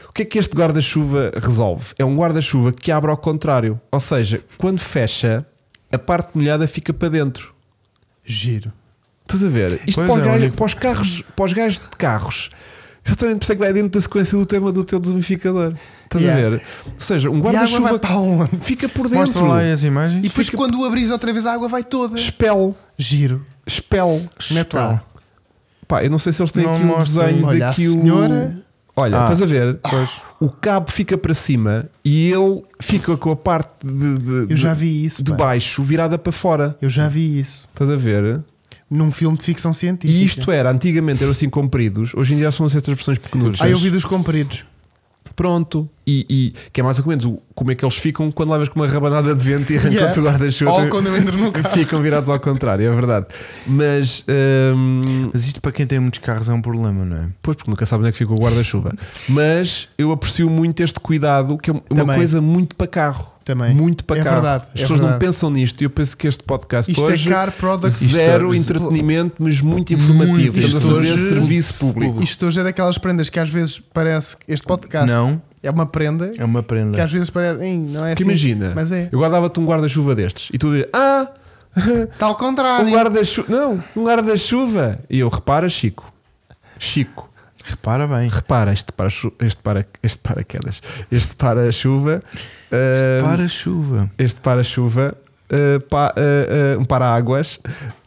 O que é que este guarda-chuva resolve? É um guarda-chuva que abre ao contrário, ou seja, quando fecha, a parte molhada fica para dentro. Giro. Estás a ver? Isto Pois para, o é, gajo- olha- para os carros, para os gajos de carros. Exatamente, por isso é que vai dentro da sequência do tema do teu desumificador. Estás a Yeah. ver? Ou seja, um e a água vai guarda-chuva para onde? fica por Mostra dentro. lá as imagens. E depois quando o abris outra vez a água vai toda. Expel. Giro. Expel. Mete lá. Pá, eu não sei se eles têm Não aqui o mostra. desenho um- Olha, a daqui o. senhora- Olha, Ah. estás a ver? Pois. O cabo fica para cima e ele fica com a parte de, de- Eu já de- vi isso. de pá. baixo virada para fora. Eu já vi isso. Estás a ver? Num filme de ficção científica. E isto era, antigamente eram assim compridos, hoje em dia são essas versões pequenuchas. Ah, eu vi dos compridos. Pronto. E, e que é mais ou menos o- como é que eles ficam quando levas com uma rabanada de vento e arrancam Yeah. te o guarda-chuva. Ou Tu- quando eu entro no carro. Ficam virados ao contrário, é verdade. Mas. hum, Mas isto para quem tem muitos carros é um problema, não é? pois, porque nunca sabes onde é que fica o guarda-chuva. Mas eu aprecio muito este cuidado, que é uma Também. coisa muito para carro. Também. Muito para É carro. verdade, As é pessoas não verdade. pensam nisto e eu penso que este podcast Isto hoje é car product. Isto- zero isto- entretenimento, mas muito informativo. Muito. Estamos a é Isto fazer hoje- serviço público. Isto hoje é daquelas prendas que às vezes parece que este podcast Não, é uma prenda é uma prenda. que às vezes parece. "Ei, não é Que assim, imagina, Mas é. eu guardava-te um guarda-chuva destes e tu dizes, ah, Está ao contrário. um guarda-chuva, não, um guarda-chuva. E eu, repara, Chico, Chico, Repara bem. repara, este para, este para, este para quedas, este para-chuva, ah, Para chuva. este para-chuva, ah, pa- ah, ah, um para-águas,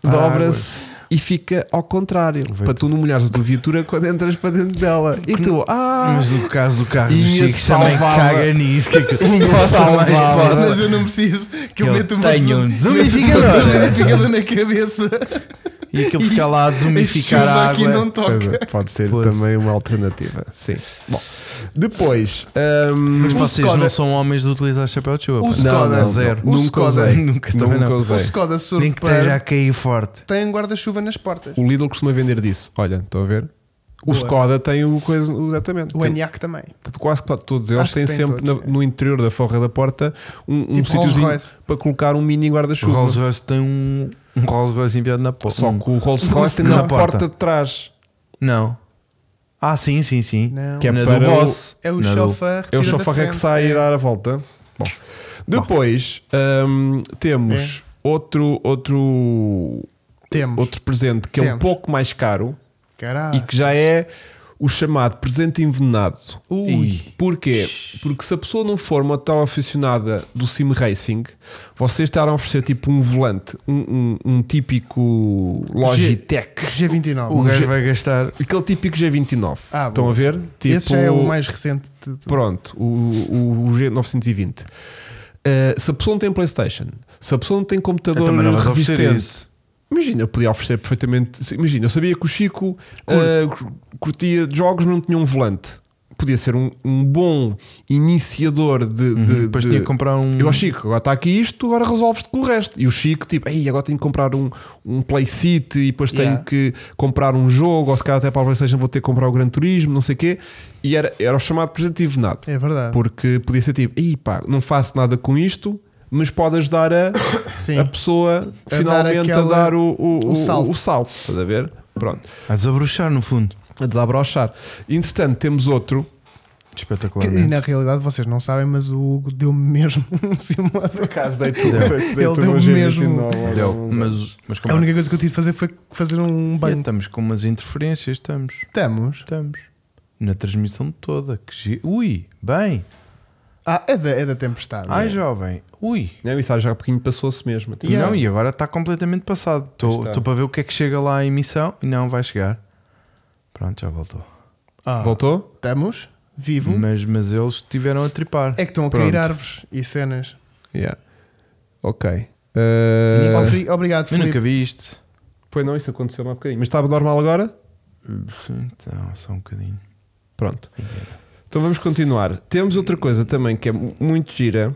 dobra-se e fica ao contrário, Vai para tu não molhares a tua viatura quando entras para dentro dela. E tu, ah, Mas no caso do carro E do me Chico também salvava. caga nisso. Que é que eu possa salvava. mais Mas possa. Um Mas eu não preciso que eu, Eu meta uma tenho zoom- um meta desumidificador. uma desumidificador na cabeça. E aquilo fica lá a desumificar Isto- isto a aqui água. não toca. Pois é, pode ser Pode. também uma alternativa. Sim. Bom, depois. hum, Mas vocês um Skoda- não são homens de utilizar chapéu de chuva. O pá. Skoda- Um zero. o nunca Skoda- usei. Nunca, também não. usei. O Skoda Nem que esteja a Surfer cair forte. tem um guarda-chuva nas portas. O Lidl costuma vender disso. Olha, estão a ver? O Boa. Skoda tem o coisa. o- Exatamente. O Tem- ENIAC também. portanto, Quase que todos eles Acho que têm tem sempre todos, na- é. no interior da forra da porta um, um Tipo Rolls sítiozinho Royce. para colocar um mini O Rolls guarda-chuva. Royce tem um, um Rolls Royce enviado na porta. Só que o Rolls Royce tem Na Um na porta. porta de trás. Não. Ah, sim, sim, sim. Não. Que é na para do o- boss. É o Na do- chauffeur. É retira o da chofer que frente. sai É. e dá a volta. Bom. Depois hum, temos outro, outro, É. Temos. outro presente que é um Temos. pouco mais caro. Caralho. e que já é o chamado presente envenenado. Ui. Porquê? Porque se a pessoa não for uma tal aficionada do sim racing, vocês estarão a oferecer tipo um volante, um, um- um típico Logitech, Um G29. O G- gajo vai gastar. aquele típico G29. Ah, Estão bom. a ver? Tipo, Esse já é o mais recente. de- de- Pronto, o, o, o G920. Uh, se a pessoa não tem Playstation, se a pessoa não tem Eu computador também não vais oferecer resistente, isso. Imagina, eu podia oferecer perfeitamente. Imagina, eu sabia que o Chico ah, cur- curtia de jogos, mas não tinha um volante. Podia ser um, um bom iniciador de. de- Uhum. Depois de- tinha que comprar um. Eu, Uhum. ó, Chico, agora está aqui isto, agora resolves-te com o resto. E o Chico, tipo, Ei, agora tenho que comprar um, um Play City e depois tenho Yeah. que comprar um jogo, ou se calhar até para a PlayStation vou ter que comprar o Gran Turismo, não sei o quê. E era, era o chamado presente envenenado. É verdade. Porque podia ser tipo, Ei, pá, não faço nada com isto, mas pode ajudar a Sim. a pessoa A finalmente dar aquela- a dar o, o, o salto. o salto. Estás a ver? Pronto, A desabrochar no fundo. a desabrochar. Entretanto, temos outro. Espetacular. Que- né? E na realidade vocês não sabem, mas o Hugo deu-me mesmo um simulador. caso dei tudo. dei-te deu um mesmo. Deu, Mas, mas como A é? única coisa que eu tive de fazer foi fazer um E banho. estamos com umas interferências, estamos. Estamos. Estamos. Na transmissão toda. Que gi- Ui, bem. Ah, é da, é da tempestade. Ai, É. jovem. Ui. Não, isso já há pouquinho passou-se mesmo. atenção. Yeah. Não, e agora está completamente passado. está. Estou para ver o que é que chega lá à emissão e não vai chegar. Pronto, já voltou. Ah, Voltou? Estamos. Vivo. Mas, mas eles estiveram a tripar. É que estão a Pronto. cair árvores e cenas. Yeah. Ok. Uh, Ó, Fri- Obrigado, Eu Filipe. nunca vi isto. Foi não, isso aconteceu há bocadinho. Mas estava normal agora? Então, só um bocadinho. Pronto. Então vamos continuar. Temos outra coisa também que é mu- muito gira.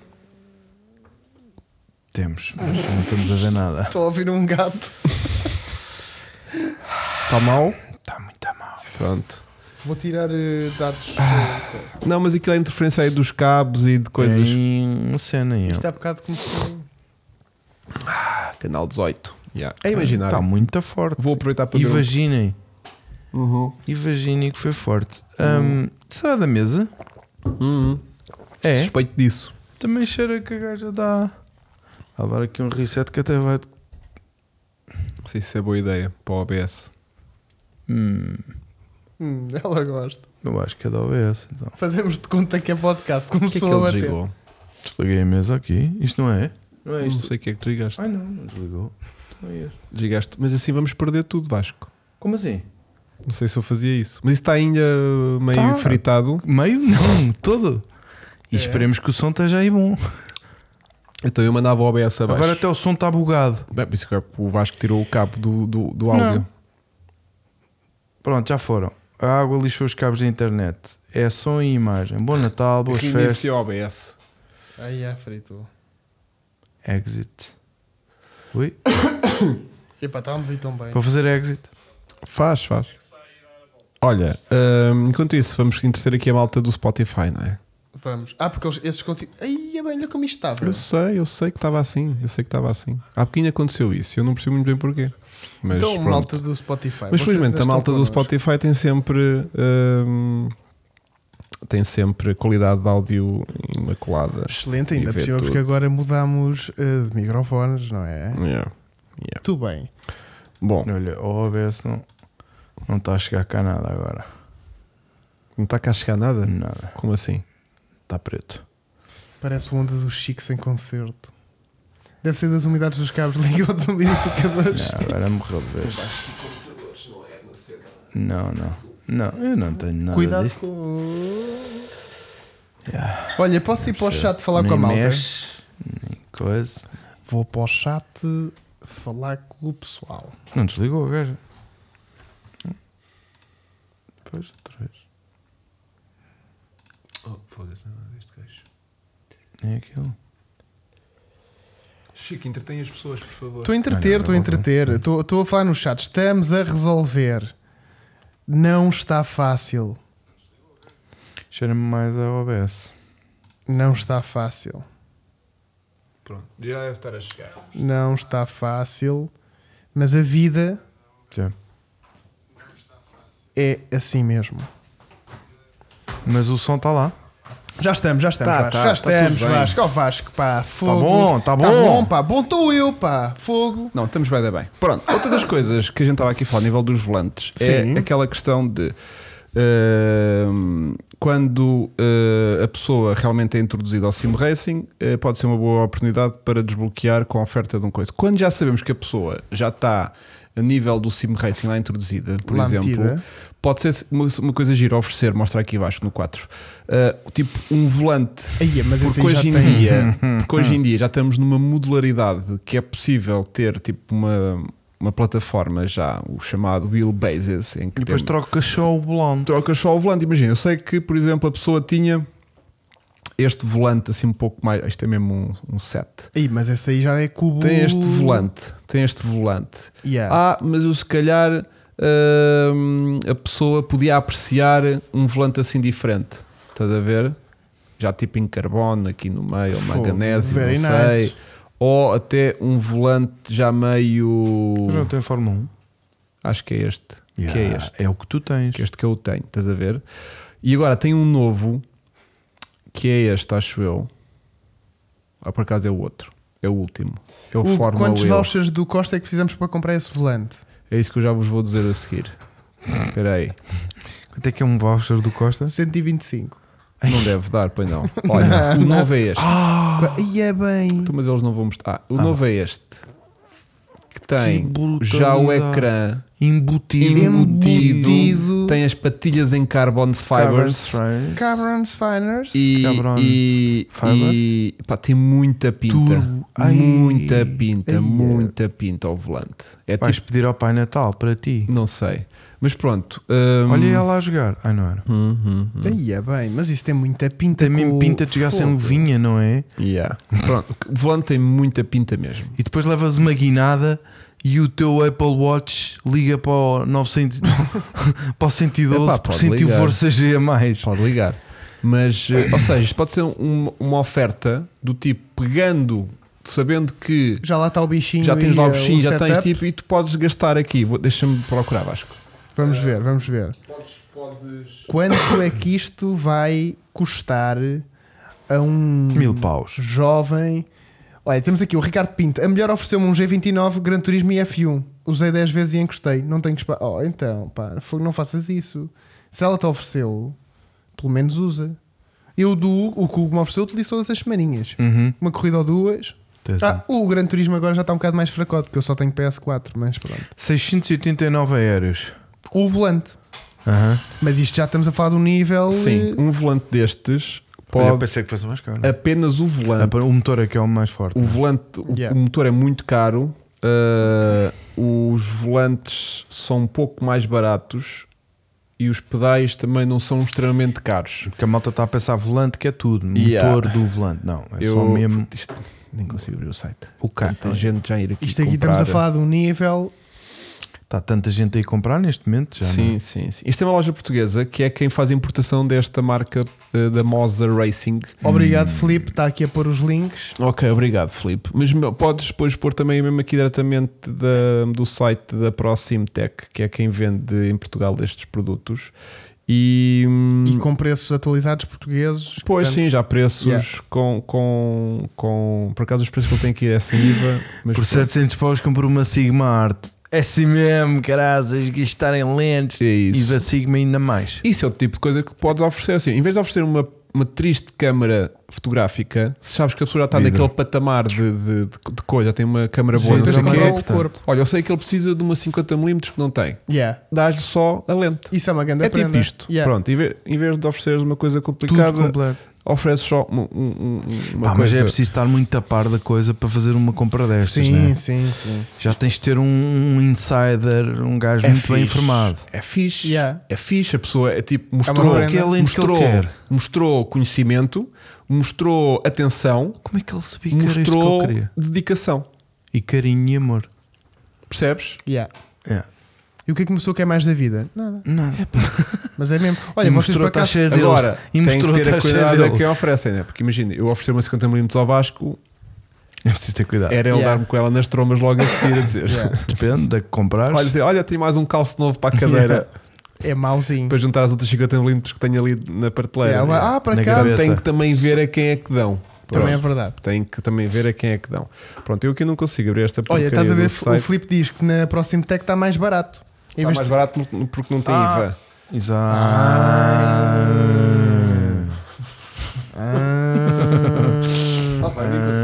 Temos, mas não estamos a ver nada. Estou a ouvir um gato. Está mal? Está muito a mal. Pronto. Vou tirar eh, dados. Não, mas aquilo é a interferência aí dos cabos e de coisas. Tem uma cena aí. Isto há bocado começou. Ah, canal 18. Yeah. É imaginar. Está muito forte. Vou aproveitar para ver um- Imaginem. Uhum. Imaginem que foi forte. Hum, será da mesa? Uhum. É. Suspeito disso. Também cheira que a gaja dá. Há de dar aqui um reset que até vai. Não sei se é boa ideia para o OBS. Hum, Hum, ela gosta. eu acho que é da OBS. Então. Fazemos de conta que é podcast. O que é que Começou ele a bater. desligou? Desliguei a mesa aqui. Isto não é? Não Não sei o que é que desligaste. Ai não, não desligou. Não é este. Desligaste. Mas assim vamos perder tudo, Vasco. Como assim? Não sei se eu fazia isso. Mas isso está ainda meio Tá. fritado. Meio? Não, todo. E É. Tá esperemos que o som esteja aí bom. Então eu mandava o OBS abaixo. Agora até o som está bugado. Bem, por isso que o Vasco tirou o cabo do, do, do áudio. Não. Pronto, já foram. A água lixou os cabos da internet. É som e imagem. Bom Natal, boas festas. Reinicia o OBS. Ai, é, fritou. Exit. Ui, é Epá, estávamos aí tão bem. para fazer exit. Faz, faz. Olha, hum, enquanto isso, vamos entreter aqui a malta do Spotify, não é? Vamos. Ah, porque eles, esses continuam. Ai, é bem, olha como isto estava. Eu sei, eu sei que estava assim. Eu sei que estava assim. Há pouquinho aconteceu isso. Eu não percebo muito bem porquê. Mas então, pronto. malta do Spotify. Mas vocês felizmente ainda a estão malta do connosco. Spotify tem sempre hum, tem sempre qualidade de áudio imaculada. Excelente, E ainda vê por cima, porque tudo. Hum. agora mudámos eh, de microfones, não é? Yeah, yeah. Tudo bem. Bom, Olha, o OBS não, não está a chegar cá nada agora. não está cá a chegar nada? Nada. Como assim? Está preto. Parece o onda dos Chiques em concerto. Deve ser das umidades dos cabos ligados um aos umidificadores. Não, agora morreu de vez. Não, não. Não, eu não tenho nada Cuidado disto. com. o- Yeah, Olha, posso ir para o chat falar nem com a malta? mexe, nem coisa. Vou para o chat falar com o pessoal. Não desligou a gaja. Pois, outra vez. Oh, foda-se, nada deste gajo. Nem aquilo. Chico, entretém as pessoas, por favor. Estou a entreter, estou a entreter. Estou estou a falar no chat. Estamos a resolver. Não está fácil. Cheira-me mais a OBS. Não está fácil. Pronto, já deve estar a chegar. Não está fácil. Mas a vida Já. é assim mesmo. Mas o som está lá. Já estamos, já estamos, Tá, Vasco. tá, já tá estamos, tudo bem. Vasco. Ó Vasco, pá, fogo. bom, tá Tá bom. bom, pá. Bom estou eu, pá. Fogo. Não, estamos bem, bem. Pronto, outra das coisas que a gente estava aqui a falar a nível dos volantes Sim. é aquela questão de ehm, quando eh, a pessoa realmente é introduzida ao sim racing, eh, pode ser uma boa oportunidade para desbloquear com a oferta de um coisa. Quando já sabemos que a pessoa já está a nível do sim racing lá introduzida, por Lá exemplo, metida. pode ser uma, uma coisa gira oferecer, mostrar aqui abaixo no 4, eh, tipo um volante Aí, mas esse porque aí já hoje, em tem. dia, porque hoje em dia já estamos numa modularidade que é possível ter tipo uma, uma plataforma já, o chamado wheelbases, em E que depois temos- troca só o bolão. trocas só o volante. Imagina, eu sei que, por exemplo, a pessoa tinha este volante assim um pouco mais. Isto é mesmo um, um set. Aí, mas esse aí já é cubo. Tem este volante, tem este volante. Yeah. Ah, mas eu se calhar hum, a pessoa podia apreciar um volante assim diferente. Estás a ver? Já tipo em carbono aqui no meio, ou Fogo, manganésio, não very sei. nice. Ou até um volante já meio. Mas não tem Fórmula 1. Acho que é este. Que é Yeah, este. É o que tu tens. Que é este que eu tenho, estás a ver? E agora tem um novo que é este, acho eu. Ah, por acaso é o outro. É o último. É o, O- Fórmula quantos eu. vouchers do Costa é que precisamos para comprar esse volante? É isso que eu já vos vou dizer a seguir. Espera aí. Quanto é que é um voucher do Costa? 125. Não deve dar, pois não. Olha, o novo é este. Qua- Aí é bem. Então, Mas eles não vão mostrar. Ah, o novo é este. Que tem Que já o brutalidade. ecrã Embutido. embutido, Embutido. tem as patilhas em carbon fibers. Fibers. Cabrons Finers. E, Carbon e, fiber. e- pá, tem muita pinta, Turbo. Ai. muita pinta, Ai, é. muita pinta ao volante. É Vais tipo, pedir ao Pai Natal para ti. não sei, mas pronto. hum, Olha ela a jogar. Ai, não era. hum, hum, hum. Aí é bem, mas isso tem muita pinta. Tem mesmo com- pinta de jogar sem Fogo. luvinha, não é? Yeah. Pronto, o volante tem muita pinta mesmo. E depois levas uma guinada e o teu Apple Watch liga para o 900, para o 112 Epá, por pode cento e o ligar. força G a mais. Pode ligar. Mas, eh, ou seja, isto pode ser um- uma oferta do tipo pegando, sabendo que Já lá está o bichinho. já tens e, lá o eh, bichinho, já tens setup. tipo, e tu podes gastar aqui. Vou- Deixa-me procurar, Vasco. Vamos ver, vamos ver. Podes, podes. Quanto é que isto vai custar a um Mil paus. jovem? Olha, temos aqui o Ricardo Pinto. A melhor ofereceu-me um G29 Gran Turismo e F1. Usei 10 vezes e encostei. Não tenho que. Oh, então, pá, fogo, não faças isso. Se ela te ofereceu, pelo menos usa. Eu do o que o Hugo me ofereceu, utilizo todas as semaninhas. Uhum. Uma corrida ou duas. Tens assim. Ah, o Gran Turismo agora já está um bocado mais fracote, porque eu só tenho PS4, mas pronto. 689 euros. O volante. Aham. Mas isto já estamos a falar de um nível. Sim, eh, um volante destes Olha, pode pensei que fosse mais caro. é? apenas o Ah, volante. para- O motor é que é o mais forte. O volante, o, Yeah. o motor é muito caro. eh, os volantes são um pouco mais baratos e os pedais também não são extremamente caros. Porque a malta está a pensar volante que é tudo. Motor Yeah. do volante. Não, é Eu só mesmo isto- nem consigo abrir o site. o carro. Tá Tem gente já a ir aqui. Isto aqui estamos a comprar. falar de um nível Está tanta gente aí a comprar neste momento já. sim, sim, sim. Isto é uma loja portuguesa que é quem faz a importação desta marca eh, da Moza Racing. Obrigado, Filipe. Está aqui a pôr os links. Ok, obrigado, Filipe. Mas meu, podes depois pôr também mesmo aqui diretamente da- do site da Proximtech, que é quem vende em Portugal estes produtos. E, hum, E com preços atualizados portugueses. Pois portanto, sim, já preços Yeah. com, com, com. Por acaso os preços que ele tem aqui é sem IVA, mas Por 700 paus compro uma Sigma Art. É assim mesmo, caras, gastarem lentes É e isso. da Sigma ainda mais. Isso é o tipo de coisa que podes oferecer. Assim, em vez de oferecer uma, uma triste câmara fotográfica, se sabes que a pessoa já está Vida. naquele patamar de, de, de, de coisa, já tem uma câmara boa, não tens sei é, o que quê. controlar o portanto. corpo. Olha, eu sei que ele precisa de uma 50mm que não tem. Yeah. Dás-lhe só a lente. Isso é uma grande É tipo prenda. isto. Yeah. Pronto, em ve- em vez de ofereceres uma coisa Tudo complicada, completo. ofereces só um- um- um- uma Pá, mas coisa. é preciso estar muito a par da coisa para fazer uma compra é destas. Sim, né? sim, sim. Já tens de ter um, um insider, um gajo É muito fixe. bem informado. É fixe. Yeah. É fixe. A pessoa é tipo, mostrou, uma Qual é que é a lente que ele mostrou, quer? mostrou conhecimento, mostrou atenção, Como é que ele sabia que era isto que eu mostrou queria? dedicação. E carinho e amor. Percebes? Yeah. É. E o que é que começou que é mais da vida? Nada. Nada. Mas é mesmo. Olha, E vocês mostrou tá por a acaso. taxa dele. Agora, É E tem que mostrou a ter a taxa cuidado a dele. quem oferecem, né? Porque imagina, eu oferecer uma 50mm ao Vasco, É preciso ter cuidado. era ele Yeah. dar-me com ela nas trombas logo a seguir a dizer: Yeah. Depende da que comprares. olha, dizer, olha, tem mais um calço novo para a cadeira, É mauzinho. para juntar as outras 50mm que tenho ali na prateleira. Yeah, né? Ah, por Na acaso. cabeça. tem que também ver a quem é que dão. Também é Pronto. verdade. Tem que também ver a quem é que dão. Pronto, eu aqui não consigo abrir esta Olha, porcaria estás a ver? do O site. Filipe diz que na próxima Tech está mais barato. Em Está vez Tá mais de- barato no- porque não tem Ah. IVA. Exato. nem consigo Ah.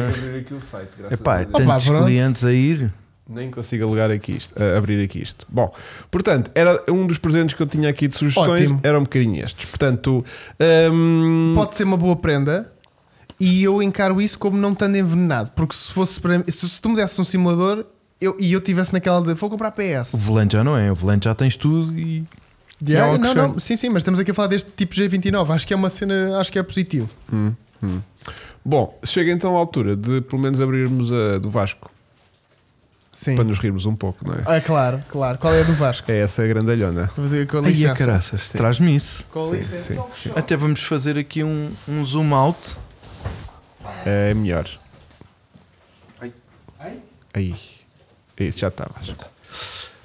abrir aqui o site, Epá, é Deus. tantos Opa, pronto. clientes a ir. Nem consigo alugar aqui isto, a- abrir aqui isto. Bom, portanto, era um dos presentes que eu tinha aqui de sugestões, Ótimo. era um bocadinho estes. Portanto, hum, Pode ser uma boa prenda. E eu encaro isso como não estando envenenado. Porque se fosse para mim- se, se tu me desses um simulador eu, e eu tivesse naquela de vou comprar O PS. volante já não é. O volante já tens tudo e. Yeah, é algo não, que não, sim, sim, mas estamos aqui a falar deste tipo G29. Acho que é uma cena, acho que é positivo. bom, chega então a altura de pelo menos abrirmos a do Vasco Sim. para nos rirmos um pouco, não é? Ah, claro, claro. Qual é a do Vasco? É essa a grandalhona. Vou fazer com Ai, a licença. é caraças. Traz-me isso. Com licença. sim. Até vamos fazer aqui um, um zoom out. É melhor. Ai? Aí. Isso já está, Vasco.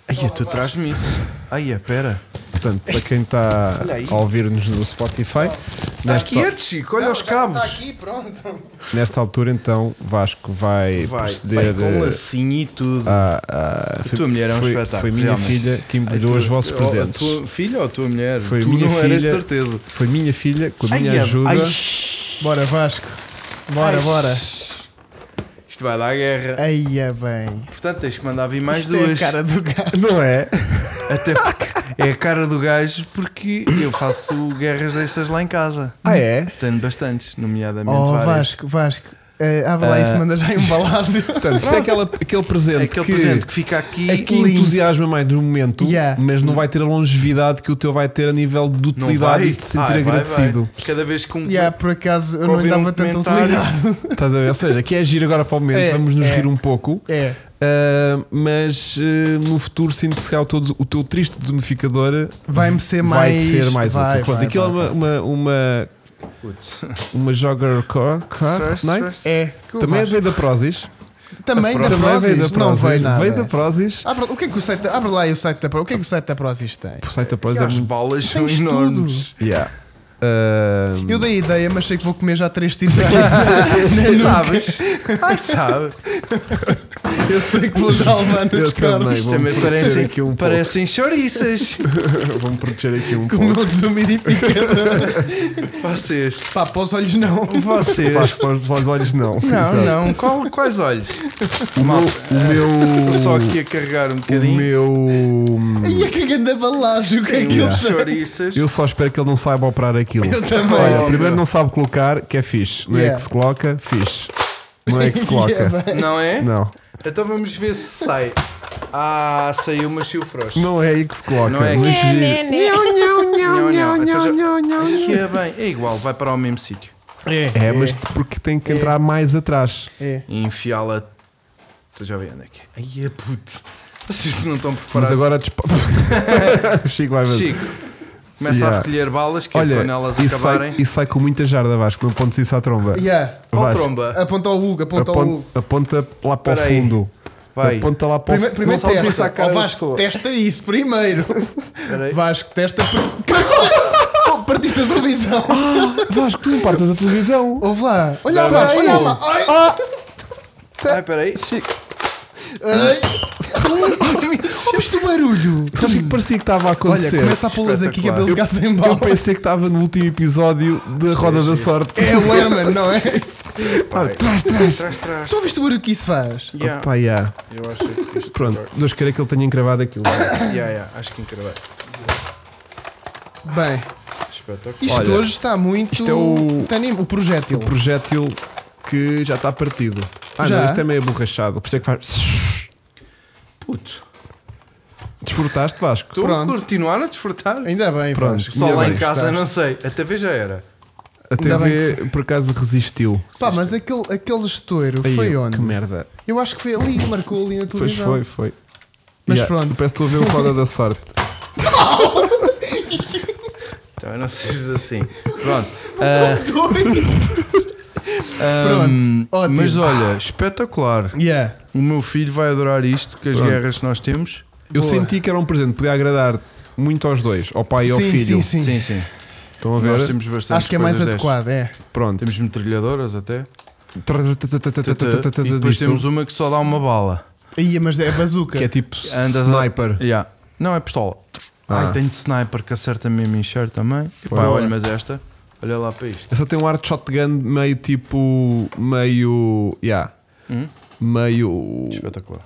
Ai, é, tu traz-me isso. Ai, é, espera. Portanto, para quem está a ouvir-nos no Spotify, nesta, é Chico, olha os Está aqui, pronto. nesta altura então Vasco vai, Vai, proceder. vai com Ah, eh, lacinho e tudo. à- à- A tua mulher é um Ah, foi, espetáculo, Foi minha realmente. filha que Ai, embrulhou tu- os vossos oh, presentes. A tua filha ou a tua mulher? Foi tu minha não eras filha. certeza. Foi minha filha, com a minha Ai, é- ajuda. ai, Bora, Vasco. Bora, ai. bora. Isto vai dar guerra. Aí é bem. Portanto, tens que mandar vir mais Isto é a duas. cara do gato. Não é? Até porque é a cara do gajo porque eu faço guerras dessas lá em casa. Ah, é? Tenho bastantes, nomeadamente Oh, várias. Vasco, Vasco. eh, abre lá isso, manda já em um balácio. Portanto, isto é aquela, aquele presente. Aquele é que, presente que fica aqui. é que entusiasma mais no momento, Yeah. mas não vai ter a longevidade que o teu vai ter a nível de Não utilidade vai? e de sentir Ai, vai, agradecido. vai. Cada vez que um Yeah, por acaso eu não Ouvir lhe dava um tanta comentário. utilidade. Estás a ver? Ou seja, quer agir agora para o momento, É, vamos nos é. rir um pouco. É. Uh, mas uh, no futuro sinto que se calhar o teu- o teu triste desumificador Vai-me ser vai mais- ser mais vai, útil. Pronto, vai, aquilo vai, é uma, uma, uma, uma jogger core, core Stress, night. stress. É. Também veio da Prozis. Também da Também Prozis. veio da Não Prozis. veio nada. Veio da Prozis. Abre, o que é que o site, abre lá aí o site da Prozis. O que é que o site da Prozis tem? O site da Prozis é As muito. balas são Tens tudo. enormes. Yeah. Uh, Eu dei a ideia, mas sei que vou comer já três tiros aqui. Nem Sabes? Ai, sabe. eu sei que vou já levar Eu nos também. caras. Vou-me Isto também proteger parecem, aqui um pouco. parecem chouriças. Vou-me proteger aqui um Com o pouco. meu desumidificador. Vocês. Pá, para os olhos não. Vocês. Faz para os- para os olhos, não. Exato. Não, não. Qual, quais olhos? Ah, O meu. O Estou meu. só aqui a carregar um É, o bocadinho. meu- Ai, é que ganda balaço. O que é que Aqueles ele tem? chouriças. Eu só espero que ele não saiba operar aquilo. Eu também. Olha, Oh, primeiro meu. não sabe colocar, que é fixe. Não é Yeah. que se coloca, fixe. Não é que se coloca. Yeah, bem. Não é? Não. Então vamos ver se sai. Ah, saiu, mas saiu frouxo. Não é aí que se coloca. Não é Luís que- Gil. Não, não. Então já- Que é bem. É igual, vai para o mesmo sítio. É, mas porque tem que É. entrar mais atrás. É. E enfiá-la. Estou já vendo aqui. Ai, é puto. Vocês não estão Mas preparados. agora despa... Chico vai ver. Chico, começa Yeah. a recolher balas que é Olha, quando elas isso sai, acabarem. isso sai com muita jarda, Vasco. Não pontes isso à tromba. Yeah. Qual Vasco, tromba? Aponta ao Hugo, aponta ao Hugo. Aponta, aponta lá para Espera aí. o fundo. Vai. Aponta lá para o Primeiro, fundo. primeiro Não pontes isso à testa. cara Ó, da Vasco, pessoa. testa isso primeiro. Espera aí. Vasco, testa. pri- Oh, Partiste a televisão. Vasco, tu não partas a televisão. Ouve lá. Olha Dá lá, mais olha fogo. lá. Ai, Ah, espera aí. ai. Ouviste o é barulho? Sabes que parecia que estava a Olha, acontecer? começa a pô-las aqui que é para ele ficar sem Eu bala. pensei que estava no último episódio da Roda da Sorte. É o Herman, não é? Ah, trás, trás. Trás, trás. Tu ouviste o barulho que isso faz? Yeah. Pá, yeah. Eu acho que isto. Pronto, Deus queira que ele tenha encravado aquilo. Yeah, yeah. Acho que encravei. Bem, Espetáculo. isto Olha, hoje está muito. isto é o- Tanim, o projétil. Projétil que já está partido. Ah, Já? não, isto é meio borrachado. Por isso é que faz. Puto. Desfrutaste, Vasco? Estou a Pronto. continuar a desfrutar. Ainda bem, Pronto. Vasco. Só Ainda lá bem em que casa, estás. não sei. A TV já era. A Ainda TV por acaso resistiu. Pá, mas aquele, aquele estouro Aí, foi onde? Que merda. Eu acho que foi ali, marcou ali na Pois televisão. foi, foi. Mas pronto. Parece que estou a ver o Roda da Sorte. Então não sejas assim. Pronto. Pronto, ótimo. Mas olha, espetacular. Yeah. O meu filho vai adorar isto, que as Pronto. guerras que nós temos. Eu Boa. senti que era um presente, podia agradar muito aos dois, ao pai e ao sim, filho. sim, sim, sim. Estão a ver? Nós temos bastante Acho que é mais coisas adequado, é. Pronto. destas. Temos metralhadoras até. E depois Disto, temos uma que só dá uma bala. Aí, mas é bazuca. que é tipo Andas a- sniper. Yeah. Não, é pistola. Ah. Ai, tem de sniper que acerta mesmo em encher também. Epá, Boa. olha, mas esta, olha lá para isto. Essa tem um ar de shotgun meio tipo. meio. Yeah. Hum? Meio. Espetacular.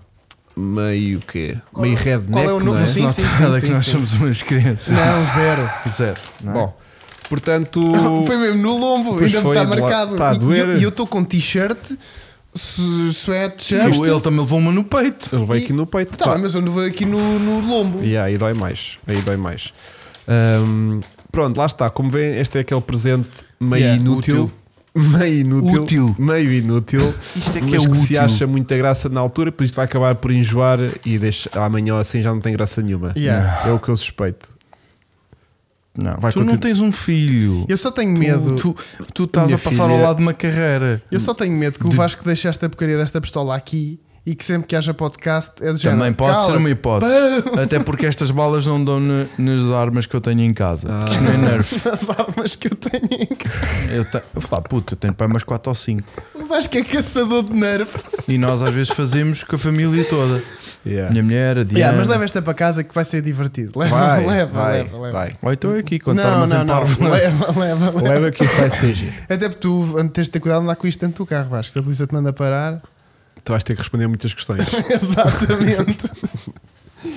meio quê? Meio redneck. qual é o não nome? é? Sim, não sim, tem sim, nada sim, que nós sim. somos umas assim. crianças. Não, zero. Zero. não é? Bom, portanto. Foi mesmo no lombo, Pois ainda me foi, está de lá- marcado. tá a E- e doer. eu- E eu estou com t-shirt, su- E sweatshirt. o- ele também levou uma no peito. Ele veio E- aqui no peito. Tá, pá. bem, mas um- eu não vou aqui no, no lombo. E aí dói mais. Aí dói mais. Ahm, pronto, lá está. Como veem, este é aquele presente meio Yeah, inútil. Meio inútil, Útil. meio inútil, Isto é que mas é que se útil. acha muita graça na altura, por isto vai acabar por enjoar e deixa, amanhã assim já não tem graça nenhuma. Yeah. É o que eu suspeito. Não, vai tu continu- não tens um filho. Eu só tenho Tu- medo. Tu, tu estás Minha a passar ao filha- lado de uma carreira. Eu só tenho medo que o Vasco deixe esta porcaria desta pistola aqui e que sempre que haja podcast é do género. Também pode ser "Cala-te, uma hipótese. pá." Até porque estas balas não dão ne- nas armas que eu tenho em casa. Ah. Que Isto não é nerf. As armas que eu tenho em casa. Eu, te... eu falo, puto, eu tenho para umas 4 ou 5. O Vasco é caçador de nerf. E nós às vezes fazemos com a família toda. Yeah. Minha mulher, a Diana. Yeah, mas leva esta para casa que vai ser divertido. Leva, Vai, leva, vai, leva, leva. vai. Ou então é aqui, quando Não, estamos não, em parvo. não. é? Leva, leva, leva. Leva que isso vai ser. giro. Até porque tu tens de ter cuidado de andar com isto dentro do carro, Vasco. Se a polícia te manda parar. Tu vais ter que responder a muitas questões. Exatamente.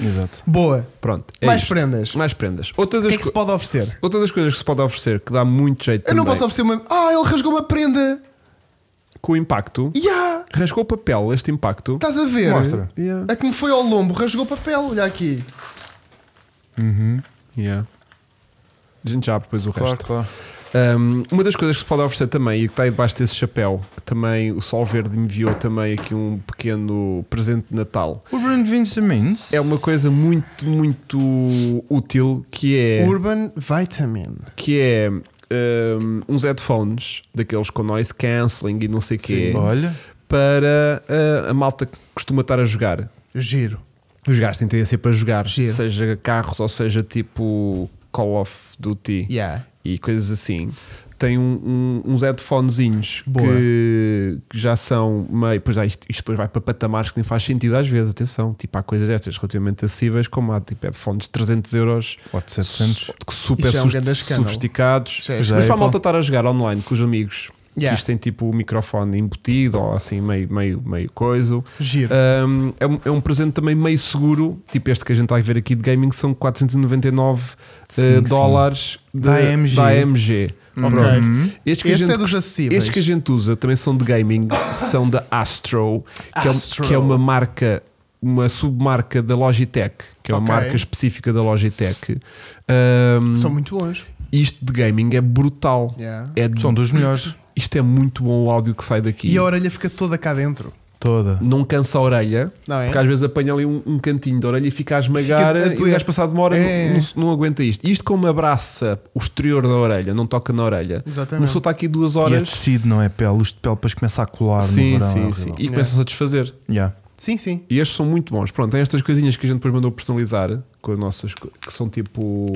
Exato. Boa. Pronto. é Mais isto. prendas. Mais prendas. Outra O das, que é que se co- pode oferecer? outra das coisas que se pode oferecer que dá muito jeito Eu não também, posso oferecer uma. Ah, ele rasgou uma prenda! com o impacto. Ya! Rasgou papel este impacto. Estás Tá a ver? É. Mostra. Yeah. A que me foi ao lombo, rasgou papel, olha aqui. Yeah. A gente já abre depois o Uhum. Claro, resto. claro. Um, uma das coisas que se pode oferecer também e que está aí debaixo desse chapéu, que também o Sol Verde me enviou também aqui um pequeno presente de Natal. O Bruno Vincent É uma coisa muito, muito útil que é, Urban Vitamin. que é um, uns headphones daqueles com noise cancelling e não sei o quê Olha. para uh, a malta que costuma estar a jogar. Giro. Os gajos têm tendência para jogar, Giro. seja carros ou seja tipo Call of Duty. Yeah. e coisas assim, tem um- um- uns headphonezinhos Boa. que, que já são meio. Pois há isto, isto depois vai para patamares que nem faz sentido às vezes, atenção. Tipo, há coisas destas relativamente acessíveis, como há tipo headphones de 300 euros Ou de 700. su- que super Isso é um sus- grande escândalo. sofisticados. Isso é- Mas Já é para a Apple. malta estar a jogar online com os amigos, Yeah. que isto tem tipo o microfone embutido ou assim, meio, meio, meio coisa. Giro. Um, é, um, é um presente também meio seguro, tipo este que a gente está a ver aqui de gaming, que são 499 Sim, eh, sim. dólares de- Da AMG. da AMG. Pronto. Estes que, a Esse gente, é dos acessíveis. estes que a gente usa também são de gaming, são da Astro, que, Astro. É, que é uma marca, uma submarca da Logitech, que é uma Ok. marca específica da Logitech. Um, São muito bons. Isto de gaming é brutal. Yeah. É, São dos melhores. isto é muito bom o áudio que sai daqui. E a orelha fica toda cá dentro. Toda. não cansa a orelha, Não é? porque às vezes apanha ali um, um cantinho da orelha e fica a esmagar Fica a e o doer. gajo passado uma hora É. não, não- não aguenta isto. Isto como abraça o exterior da orelha, não toca na orelha. Uma Exatamente. pessoa está aqui duas E é horas tecido, não é pele. Os de pele depois começa a colar sim, no verão. sim, é sim. horrível. e começam-se a desfazer. Yeah. Sim, sim. E estes são muito bons. Pronto, tem estas coisinhas que a gente depois mandou personalizar com as nossas co- que são tipo.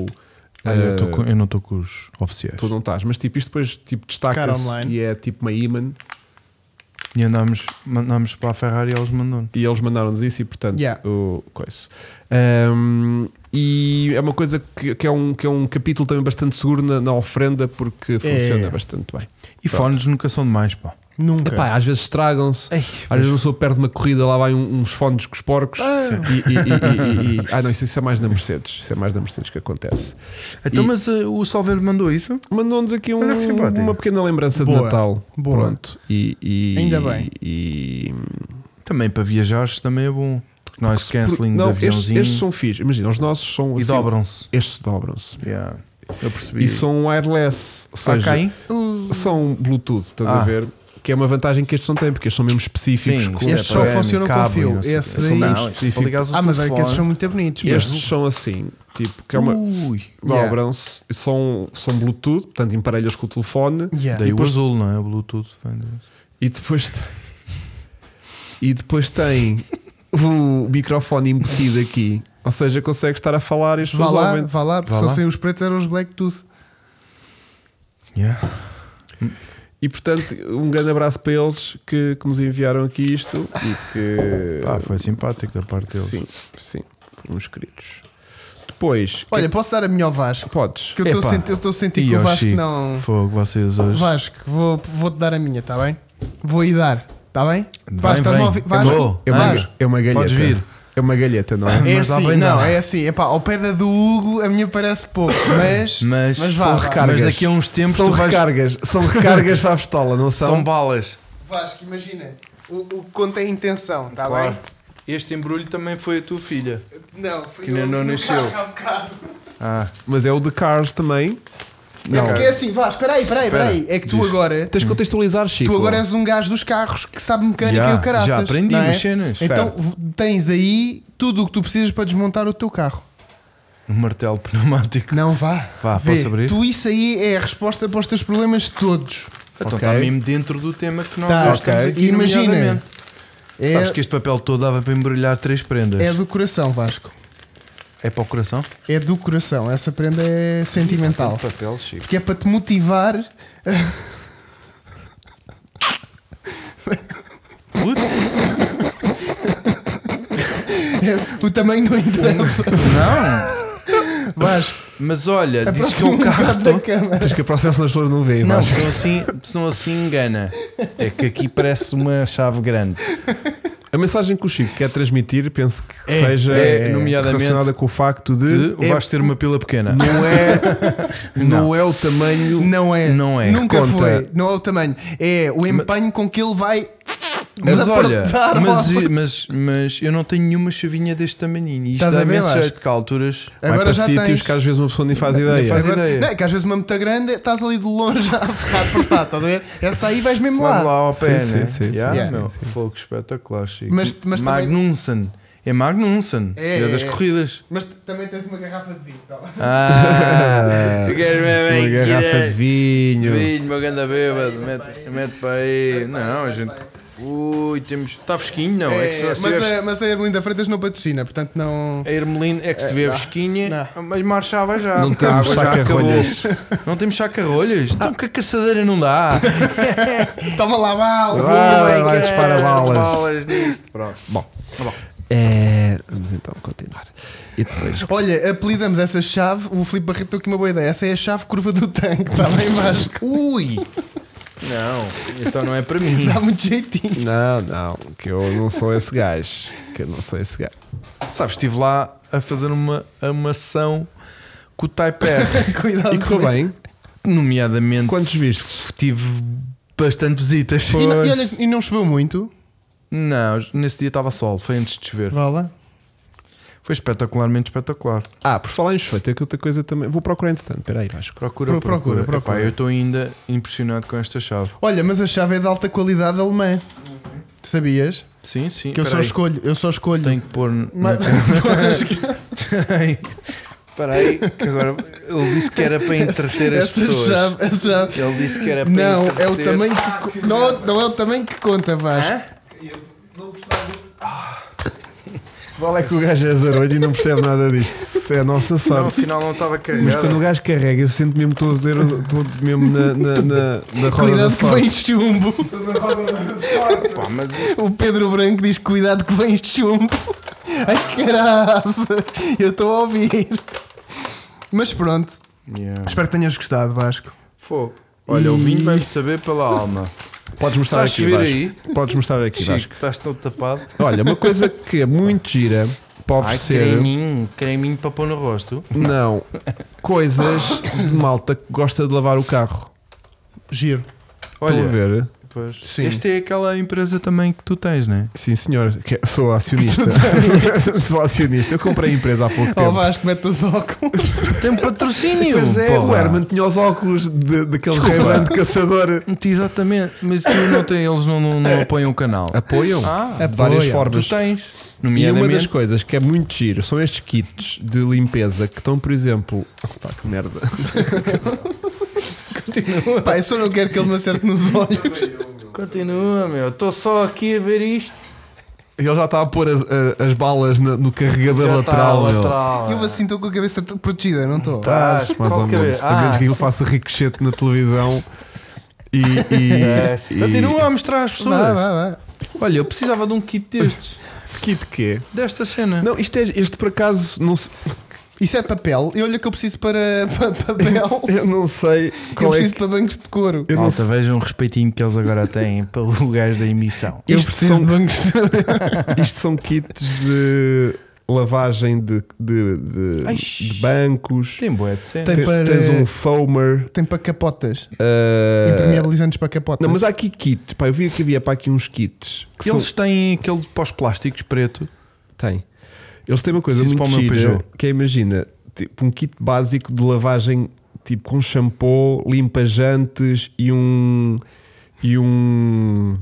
Olha, eu, eh, tô com- eu não estou com os oficiais. Tu não estás, mas tipo, isto depois tipo, Cara destaca-se online. e é tipo uma imã E andámos, mandámos para a Ferrari e eles mandam e eles mandaram-nos isso e portanto Yeah. o coisa. Ahm, e é uma coisa que, que é um, que é um capítulo também bastante seguro na, na ofrenda porque funciona bastante bem. E fones nunca são demais, pá. Nunca. Epá, às vezes estragam-se. Ei, Às vezes uma pessoa perde uma corrida, lá vai um- uns fones com os porcos. Ah. E, e- e- e- e- ah, não, isso, isso é mais na Mercedes. Isso é mais na Mercedes que acontece. Então, E- mas eh, o Salveiro mandou isso? Mandou-nos aqui um- Olha que simpático. uma pequena lembrança de Boa. Natal. Boa. Pronto. E, e- Ainda bem. E, Também para viajares também é bom. Porque nós canceling de não, estes, aviãozinho estes são fixe. Imagina, os nossos são. e assim- dobram-se. Estes dobram-se. Yeah, Eu percebi. E são wireless. Ou Há seja, quem? Uh, são Bluetooth, estás Ah. a ver? Que é uma vantagem que estes não têm, porque estes são mesmo específicos. Sim, com- isto é Estes só para- funcionam assim com cabo e fio. não sei o quê. Esse Esses aí- não, Não, isto é para ligares o ah, mas é que telefone. esses são muito bonitos. mas- estes são assim, tipo, que é uma. Ui, Uh, Yeah. dobram-se, são, são Bluetooth, portanto emparelhas com o telefone Yeah. Daí E o depois- azul, não é? O Bluetooth. vem do- e depois te- e depois tem o microfone embutido aqui. Ou seja, consegue estar a falar e as Vá pessoas lá, ouvem. vá lá, porque Vá se lá. fossem os pretos eram os Blacktooth. Yeah. E portanto, um grande abraço para eles que, que nos enviaram aqui isto e que. Pá, Ah, foi simpático da parte deles. sim, sim, fomos queridos. Depois, é Olha, posso dar a minha ao Vasco? que- podes. Que eu estou Epá. a sentir- eu estou a sentir E que Tipo, o ao Vasco Chico. não. Fogo, vocês hoje. Vasco, vou- vou-te dar a minha, está bem? Vou-lhe dar, está bem? Vem, Vasco, estás-me a vem. ouvir? Eu Vasco, dou. É uma, Vasco. é uma galheta. Podes vir. É uma galheta, não é? É Mas dá assim, bem não, dar. é assim, epá, ao pé da do Hugo a minha parece pouco, mas, Mas, um mas são vá, vá. recargas. mas daqui a uns tempos são tu vais. recargas, são recargas à pistola, não são? São balas. Vasco, imagina, o, o que conta é a intenção, está Claro. Tá Este embrulho também foi a tua filha. bem? Não, foi Que ainda eu- não eu- nasceu. há bocado. Ah, Mas é o de Cars também. Não. É porque é assim, Vasco, peraí, peraí, Espera, peraí, é que tu diz. agora, Tens que contextualizar, Chico. tu agora és um gajo dos carros que sabe mecânica Tipo- Já, e o caraças. já aprendi não é? umas cenas. Então Certo. v- tens aí tudo o que tu precisas para desmontar o teu carro. um martelo pneumático. Não vá. Vá, Vê, posso abrir? Tu isso aí é a resposta para os teus problemas todos. Então Ok. está mesmo dentro do tema que nós Tá, hoje estamos ok. aqui. Imagina. nomeadamente. É, Sabes que este papel todo dava para embrulhar três prendas. é do coração, Vasco. É para o coração? É do coração. Essa prenda é sentimental. Papel, Chico. Porque é para te motivar. Putz! o tamanho não interessa. não! Vasco, Mas olha, diz que é aproxima o um bocado carro da todo. câmara. Tens que a próxima das pessoas não veem, Não, mas se não, assim, se não assim engana. É que aqui parece uma chave grande. A mensagem que o Chico quer transmitir, penso que É, seja é, nomeadamente, relacionada com o facto de. De, o Vasco ter uma pila pequena. É- Não é. Não é o tamanho. Não é. Não é. Nunca Conta. foi. Não é o tamanho. É o empenho com que ele vai. Mas olha, desapertar mas, mal. mas, mas eu não tenho nenhuma chavinha deste tamaninho. E isto Estás dá a ver, imenso Vasco? jeito, porque há alturas. Vai Agora para já sítios tens. que às vezes uma pessoa nem faz ideia. faz ideia. Agora, ideia. não, é que às vezes uma muito grande, estás ali de longe a apertar, apertar, estás a ver? Essa aí vais mesmo Lá, lá. lá ao Sim, pé, sim, né? sim, Yeah, sim, meu, Fogo espetacular, Chico. Mas- mas também- Magnussen. É Magnussen. É, É, das é. corridas. Mas t- também tens uma garrafa de vinho, tá? Ah, Uma garrafa de vinho. meu ganda bêbado. Mete, mete para aí. Não, a gente. Ui, temos. Está fresquinho, não? É, que se É, se mas, tiver- a, mas a Erlinda Freitas não patrocina, portanto não. A Ermelina é que se vê fresquinha, não. mas marchava já. Não porque a temos água já acabou. saca-rolhas. Não temos saca-rolhas? Então que a caçadeira não dá. É. Toma lá, bala! Vai, vai, Ai, vai, caralho, dispara balas. nisto. Pronto. Bom. É, vamos então continuar. E depois. Olha, apelidamos essa chave, o Filipe Barreto deu aqui uma boa ideia. Essa é a chave curva do tanque, está bem Vasco? Ui! Não, então não é para mim. Dá muito jeitinho. Não, não, que eu não sou esse gajo. Que eu não sou esse gajo. Sabes, estive lá a fazer uma amação com o Type R, Cuidado. E correu com bem. nomeadamente. Quantos viste? Tive bastante visitas. isso. E, não, e olha, e não choveu muito. Não, nesse dia estava sol, foi antes de chover. Vá lá. Foi espetacularmente espetacular. Ah, por falar em chuva, tem aqui outra coisa também. Vou procurar entretanto, peraí, Vasco. Procura, Pro- procura, procura, Epá, procura. eu estou ainda impressionado com esta chave. Olha, mas a chave é de alta qualidade alemã. Sabias? Sim, sim. Que eu só peraí. escolho, eu só escolho. Tenho que pôr. Mas- Tem. Espera aí, que agora ele disse que era para entreter as essa pessoas. chave, essa chave. Ele disse que era para Não, entreter. é o tamanho que. co- Não, não é o tamanho que conta, Vasco. Vale é que o gajo é zarolho e não percebe nada disto. Isso É a nossa Não, sorte. afinal não estava Mas carregado. quando o gajo carrega, eu sinto mesmo todo, zero, todo mesmo na, na, na, na roda da Cuidado que vem sorte. chumbo. Pá, mas O Pedro Branco diz: Cuidado que vem chumbo. Ai caraça, eu estou a ouvir. Mas pronto, espero que tenhas gostado, Vasco. Fogo. Olha, o vinho vai-me saber pela alma. Podes mostrar Estás a aqui, ver Vasco. aí? Podes mostrar aqui, Vasco. Chico, estás todo tapado. Olha, uma coisa que é muito gira para Ai, oferecer. creminho, creminho para pôr no rosto. não. Coisas de malta que gosta de lavar o carro. Giro. Estão a Olha, ver? Pois. Sim. esta é aquela empresa também que tu tens, não é? Sim, senhor. Que- Sou acionista. Sou acionista. Eu comprei a empresa há pouco Ó tempo. Vasco, mete os óculos. Tem um patrocínio! Pois é, porra. o Herman tinha os óculos de, daquele Desculpa. Ray-Ban de caçador. Exatamente, mas tu não tens, eles não, não, não apoiam o canal. Apoiam? Ah, de várias apoiam. formas. tu tens, E uma das nomeadamente. coisas que é muito giro são estes kits de limpeza que estão, por exemplo. Ah, Pá, que merda. Pá, eu só não quero que ele me acerte nos olhos. Continua, meu. Estou só aqui a ver isto. Ele já está a pôr as, a- as balas na- no tá carregador Já está lateral. meu. lateral. Eu assim estou com a cabeça t- protegida, não estou? Estás, Estás, mais qual ou que é? menos. Ah, A menos que ele sim. faça ricochete na televisão. E. e- Yes. e- É, Continua a mostrar às pessoas. Vá, vá, vá. Olha, eu precisava de um kit destes, Kit quê? desta cena. Não, isto é, este por acaso. Não, se- Isso é papel. E olha que eu preciso para, para papel. eu não sei eu qual é preciso que. para bancos de couro. Eu não Malta, sei. vejam o respeitinho que eles agora têm pelo gajo da emissão. Eu Isto preciso são- de bancos de couro. Isto são kits de lavagem de, de, de- Ai, de bancos. Tem boé de cena. Tem Te- para- Tens um foamer. Tem para capotas. Eh, ah, Impermeabilizantes para capotas. não, mas há aqui kits. Pá, eu vi que havia para aqui uns kits. Que Eles são- têm aquele pós-plásticos preto. Tem. Eles têm uma coisa Preciso muito para o meu gira, Peugeot. que é, imagina, tipo um kit básico de lavagem, tipo com shampoo, limpa jantes e um e um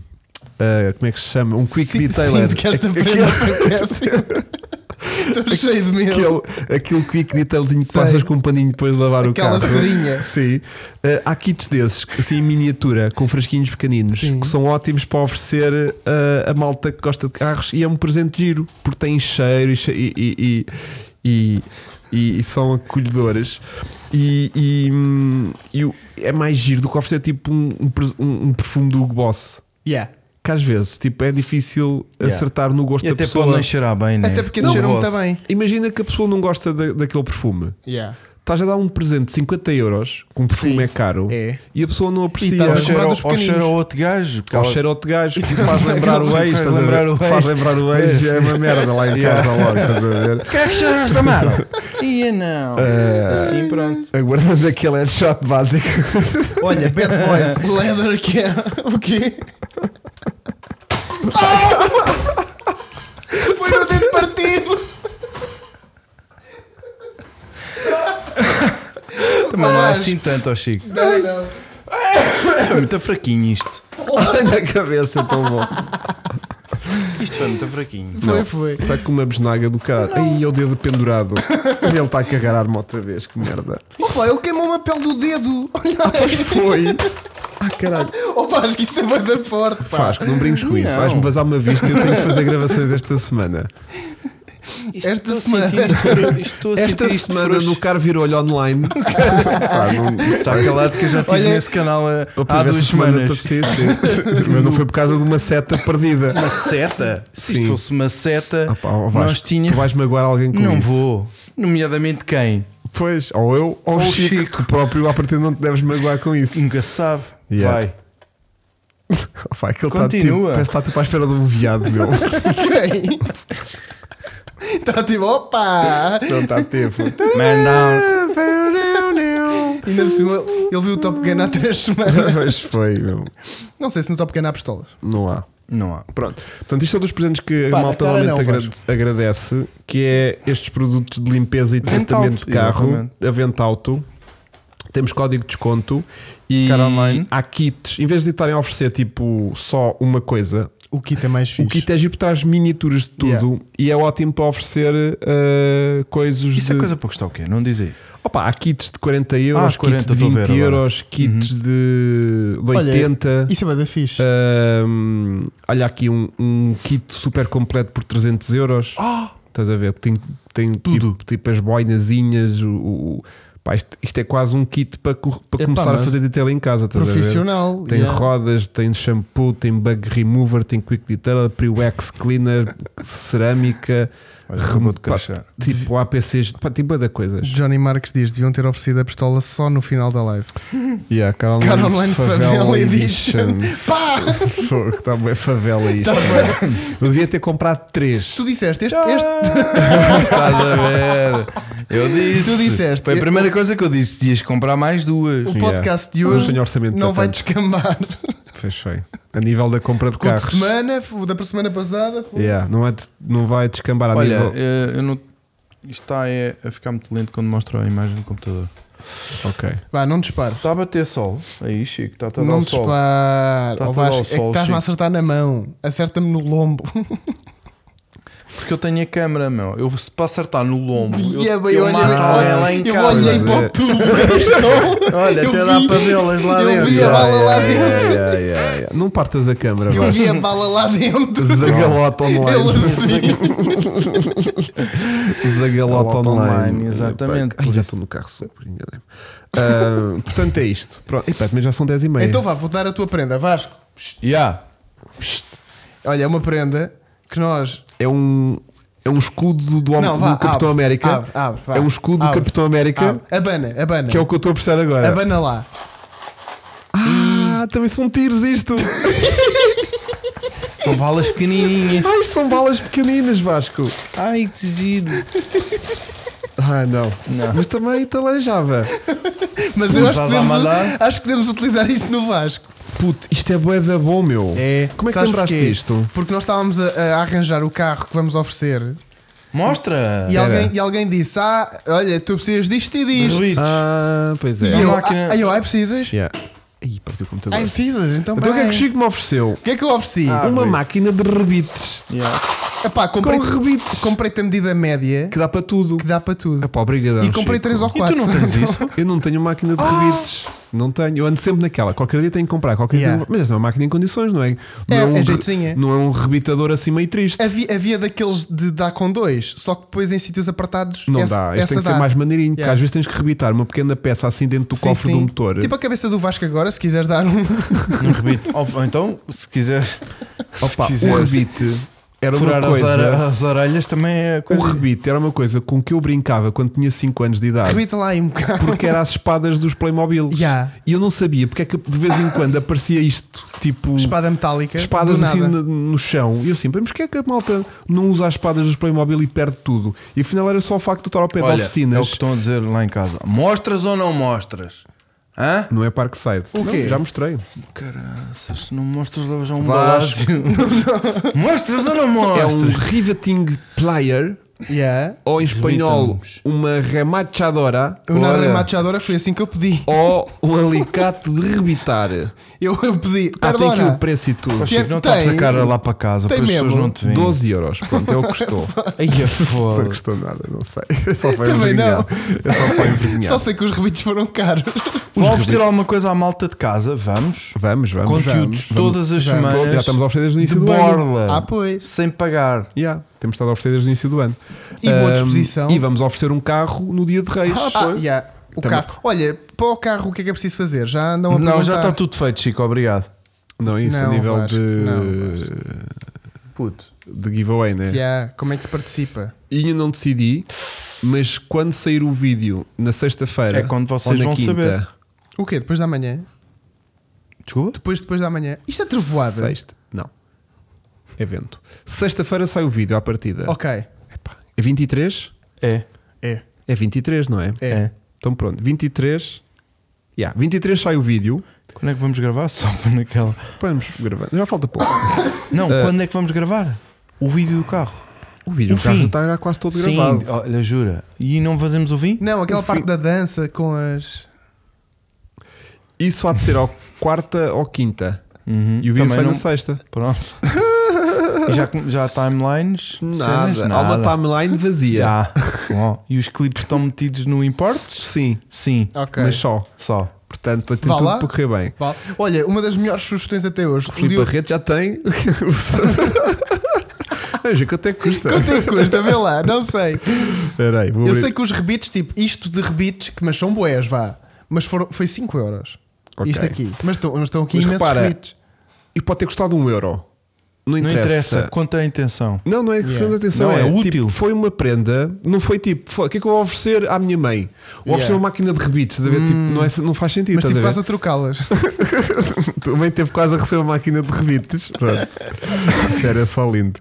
ah, como é que se chama? Um quick Sinto- detailer. Sinto que esta Aquele- prenda foi péssima. Estou cheio de medo. Aquele, aquele quick detailzinho que Sei. passas com um paninho depois de lavar Aquela o carro. serinha. Sim. Ah, há kits desses, que, assim em miniatura, com frasquinhos pequeninos, Sim. que são ótimos para oferecer ah, a malta que gosta de carros e é um presente giro, porque tem cheiro e. che- e- e- e- e- e são acolhedoras e, e, hum, e o- é mais giro do que oferecer tipo um, um pres- um- um perfume do Hugo Boss Yeah. que às vezes tipo, é difícil Yeah. acertar no gosto E da até pessoa pode não cheirar bem, né? Até porque Não, esse cheiro posso. muito bem. Imagina que a pessoa não gosta da- daquele perfume. Yeah. Estás a dar um presente de 50 euros, que um perfume Sim. é caro, É. e a pessoa não aprecia. estás Ou a Ao comprar cheira- dos Ou pequeninos. cheira a outro gajo. que ela- cheiro de gajo, que faz faz lembrar o ex, Faz estás a ver? lembrar o ex. Faz lembrar o ex, é uma merda lá em casa logo, estás a ver? Quem é que cheiras da merda? É, Ia não. Assim, pronto. Aguardando aquele headshot básico. Olha, Bad Boys, Leather é. Care. O quê? Foi no dedo partido! Também não é assim tanto, ó Chico. Não, não. Foi muito fraquinho isto. na cabeça, tão bom. Isto foi muito fraquinho. Foi, Não. foi. Só que uma besnaga do caralho. Ai, é o dedo pendurado. E ele está a carregar a arma outra vez, que merda. Opa, ele queimou uma pele do dedo! Olha é. Foi. Ah, caralho. Oh, Vasco, isso é banda forte, pá. Faz, que não brinques com isso. Não. Vais-me vazar uma vista e eu tenho que fazer gravações esta semana. Esta estou a semana. sentir isto frouxo. Estou a Esta sentir isto semana frouxo. no Carvir Olho Online. Pá, não- Tá Está calado que eu já tive Olha- nesse canal a- Eu há tive duas essa semana, semanas. tô- sim, sim. Mas não foi por causa de uma seta perdida. Uma seta? Se Sim. isto fosse uma seta, Ah, pá, ó, Vasco, nós Tu tínhamos. vais magoar alguém com Não isso. vou. Nomeadamente quem? Pois, ou eu ou, Ou o o Chico. Chico. Tu próprio à partida não te deves magoar com isso. Nunca se sabe. Yeah. Vai. Pá, aquele tá tipo, Continua. parece que está tipo à espera de um viado, meu. Está tipo, opa! Não está tipo. Man down. Ainda por cima, ele viu o Top Gun há três semanas. Mas foi, meu. Não sei se no Top Gun há pistolas. Não há. Não há. Pronto, portanto, isto é um dos presentes que Pá, a na malta cara normalmente não, agrade- agradece, que é estes produtos de limpeza e tratamento Ventauto, de carro, exatamente. a Ventauto. Temos código de desconto e Cara online. há kits, em vez de estarem a oferecer tipo só uma coisa, O kit é mais fixe. O kit é giro, traz miniaturas de tudo Yeah. e é ótimo para oferecer uh, coisas Isso de. é coisa para custar o quê? Não diz aí. Opa, há kits de 40 euros, 40, kits de estou a 20 ver agora. Uhum. euros, kits de de Olha, 80. Isso é bada fixe. Ahm, olha aqui um, um kit super completo por 300 euros. Ah! Estás a ver? Tem, tem Tudo. Tipo, tipo as boinazinhas. O, o- pá, isto, isto é quase um kit para, co- para Epá, começar a mas- fazer detail em casa. Estás a ver? Profissional. Tem yeah. rodas, tem shampoo, tem bug remover, tem quick detailer, pre-wax cleaner, cerâmica, Olha, acabou de Pá, crachar. tipo APCs, pá, tem bué da coisas. Johnny Marques diz: deviam ter oferecido a pistola só no final da live. Yeah, Carol Caroline Favela Edition. Pá! Está bem favela isto. Tá bem. Eu devia ter comprado três. Tu disseste este. este Estás a ver? Eu disse. Tu disseste. Foi a primeira coisa que eu disse: tinhas que comprar mais duas. o podcast de Ah! Eu não hoje tenho orçamento não para vai tanto. descambar. Fechei. A nível da compra de Com a de carros. semana, o da semana passada. foi. Yeah, não, vai, não vai descambar a Olha, nível. eh, eu não. Isto está é, a ficar muito lento quando mostro a imagem do computador. é- Ok. Vá, não dispares. Está a bater sol. Aí, Chico, está a dar não o te Tá sol. espar. Tá tudo Ó ao Vasco, é que sol, estás-me a Chico. acertar na mão. Acerta-me no lombo. Porque eu tenho a câmera, meu. Eu se para acertar no lombo. Yeah, eu é bem, eu olha, mato alguém olha, lá em eu casa. olhei para o tubo da pistola. Olha, eu até dá vi- para vê-las lá eu dentro. vi a bala lá dentro. yeah, yeah, yeah. Não partas a câmera, Eu Vasco. vi a bala lá dentro. Zagalota Ele online. assim. Zagalota Zagalota online, online. exatamente. Ai, já estou no carro, sou, por enganei-me. Ah, portanto, é isto. Pronto. Epá, também já são 10 e meia. Então vá, vou dar a tua prenda, Vasco. Yeah. Olha, é uma prenda que nós. É um. É um escudo do, do, Não, do vá, Capitão abre, América. abre, abre, vá. é um escudo Abre, do Capitão América, Ah, abana, abana. que é o que eu estou a apreciar agora. Abana lá. Ah, também são tiros isto. São balas pequenininhas. Ai, são balas pequeninas, Vasco. Ai, que giro. Ah, não. Não. Mas também talanjava. Mas eu acho Usas que, a podemos, mandar? acho que podemos utilizar isso no Vasco. Puto, isto é bué da bom, meu. Como é que Sabes lembraste porquê? disto? Porque nós estávamos a, a arranjar o carro que vamos oferecer Mostra. e Era. alguém, e alguém disse: Ah, olha, tu precisas disto e disto. Ruídos. Ah, pois E é. a eu, máquina- ah, eu, ai, precisas? Yeah. Aí, partiu o computador. Ai, precisas? Então, então o que é que o peraí. Chico me ofereceu? O que é que eu ofereci? Ah, Uma Rui. máquina de rebites. Yeah. Epá, Com comprei, rebites. comprei-te a medida média Que dá para tudo. que dá para tudo. Epá, obrigadão, E comprei Chico. três ou E tu quatro. não tens isso? Eu não tenho máquina de rebites. Não tenho. Eu ando sempre naquela. Qualquer dia tenho que comprar. Qualquer dia Yeah. tenho... que comprar. Mas essa é uma máquina em condições, não é? Não É, é re- jeitinha. Não é um rebitador assim meio triste. Havia, havia daqueles de dar com dois, só que depois em sítios apertados Não essa, dá, isto essa tem que dá. ser mais maneirinho, porque Yeah. às vezes tens que rebitar uma pequena peça assim dentro do Sim, cofre sim. do motor. Tipo a cabeça do Vasco agora, se quiseres dar um. Não rebite. Ou então, se quiseres Opa, se o quiseres rebite era uma furar as, ora- coisa. as orelhas, também é O coisa. rebite era uma coisa com que eu brincava quando tinha 5 anos de idade, Rebita lá aí um bocado. porque é era as espadas dos Playmobil. Yeah. E eu não sabia porque é que de vez em quando aparecia isto, tipo Espada metálica. espadas do assim no, nada. no chão. E eu assim, mas porque é que a malta não usa as espadas dos Playmobil e perde tudo? E afinal era só o facto de eu estar ao pé de Olha, é o que oficinas. estão a dizer lá em casa. Mostras ou não mostras? Hã? Não é Parkside. O quê? Não, já mostrei. Caraças, se não mostras, levas a um Vasco. balaço. mostras ou não É um mostras? riveting player Yeah. ou em espanhol uma remachadora Uma Olha. remachadora foi assim que eu pedi. ou um alicate de rebitar. Eu, eu pedi. Ah, tem aqui Perdona. o preço e tudo. Ó, Chico, não Tem- tapes a cara lá para casa tem para as pessoas mesmo. não te veem. 12 euros, pronto, é o que custou. Ai, a não foda. custou nada, não sei. É só para Também não. envergonhar. É só para envergonhar. Só sei que os rebites foram caros. Vão oferecer alguma coisa à malta de casa? Vamos. Vamos, vamos. vamos. Conteúdos todas as vamos. Todo- Já semanas. estamos a oferecer desde o de início do ano. borla. Ah, pois. Sem pagar. Yeah, temos estado a oferecer desde o início do ano. E boa Ahm, disposição. e vamos oferecer um carro no dia de Reis. Ah, yeah. O Também- carro. Olha, para o carro o que é que é preciso fazer? Já andam a Não, já perguntar. está tudo feito, Chico. Obrigado. Não, isso Não, a nível Vasco, de, não, Puto. de giveaway, né? Yeah, Como é que se participa? E ainda não decidi, mas quando sair o vídeo na sexta-feira, É quando vocês ou na vão quinta, saber. O quê? Depois da manhã? Desculpa? Depois, depois da manhã. Isto é trevoada. Sexta? Não. É vento. Sexta-feira sai o vídeo à partida. Ok. Epá, É 23? É. É. É 23, não é? É. Então pronto, 23. Yeah, 23 sai o vídeo. Quando é que vamos gravar? Só para naquela. Vamos gravando. Já falta pouco. Não, quando é que vamos gravar? O vídeo do carro. O vídeo O o carro fim. já está quase todo gravado. Sim, olha, jura. E não fazemos o vinho? Não, aquela O parte fim- da dança com as. Isso há de ser ao quarta ou quinta. Uhum. E o vídeo Também sai não- na sexta. Pronto. E já, com- já há timelines, cenas, Nada. Há uma timeline vazia. Já. Bom, e os clipes estão metidos no importes? Sim, Sim, Ok. mas só. só. Portanto, tem Vá tudo lá. Um para correr bem. Vale. Olha, uma das melhores sugestões até hoje. O Filipe Leo- Barreto já tem. Veja quanto é que custa. Quanto é que custa? Vê lá, não sei. Espera aí, vou Eu abrir. sei que os rebites, tipo, isto de rebites, que mas são boés, vá. Mas foram, foi 5 euros. Ok. Isto aqui. Mas estão, mas estão aqui Mas imensos repara, rebites. E pode ter custado um euro. Não Não interessa. interessa, quanto é a intenção. Não, não é questão de atenção. Não, é é, tipo, útil. foi uma prenda, não foi tipo, "Fô, o que é que eu vou oferecer à minha mãe? Vou oferecer Yeah. uma máquina de rebites, estás a ver? Tipo, não, é- não faz sentido. Mas estás tipo, a ver? quase a trocá-las. Também teve quase a receber uma máquina de rebites. Pronto. Sério, é só lindo.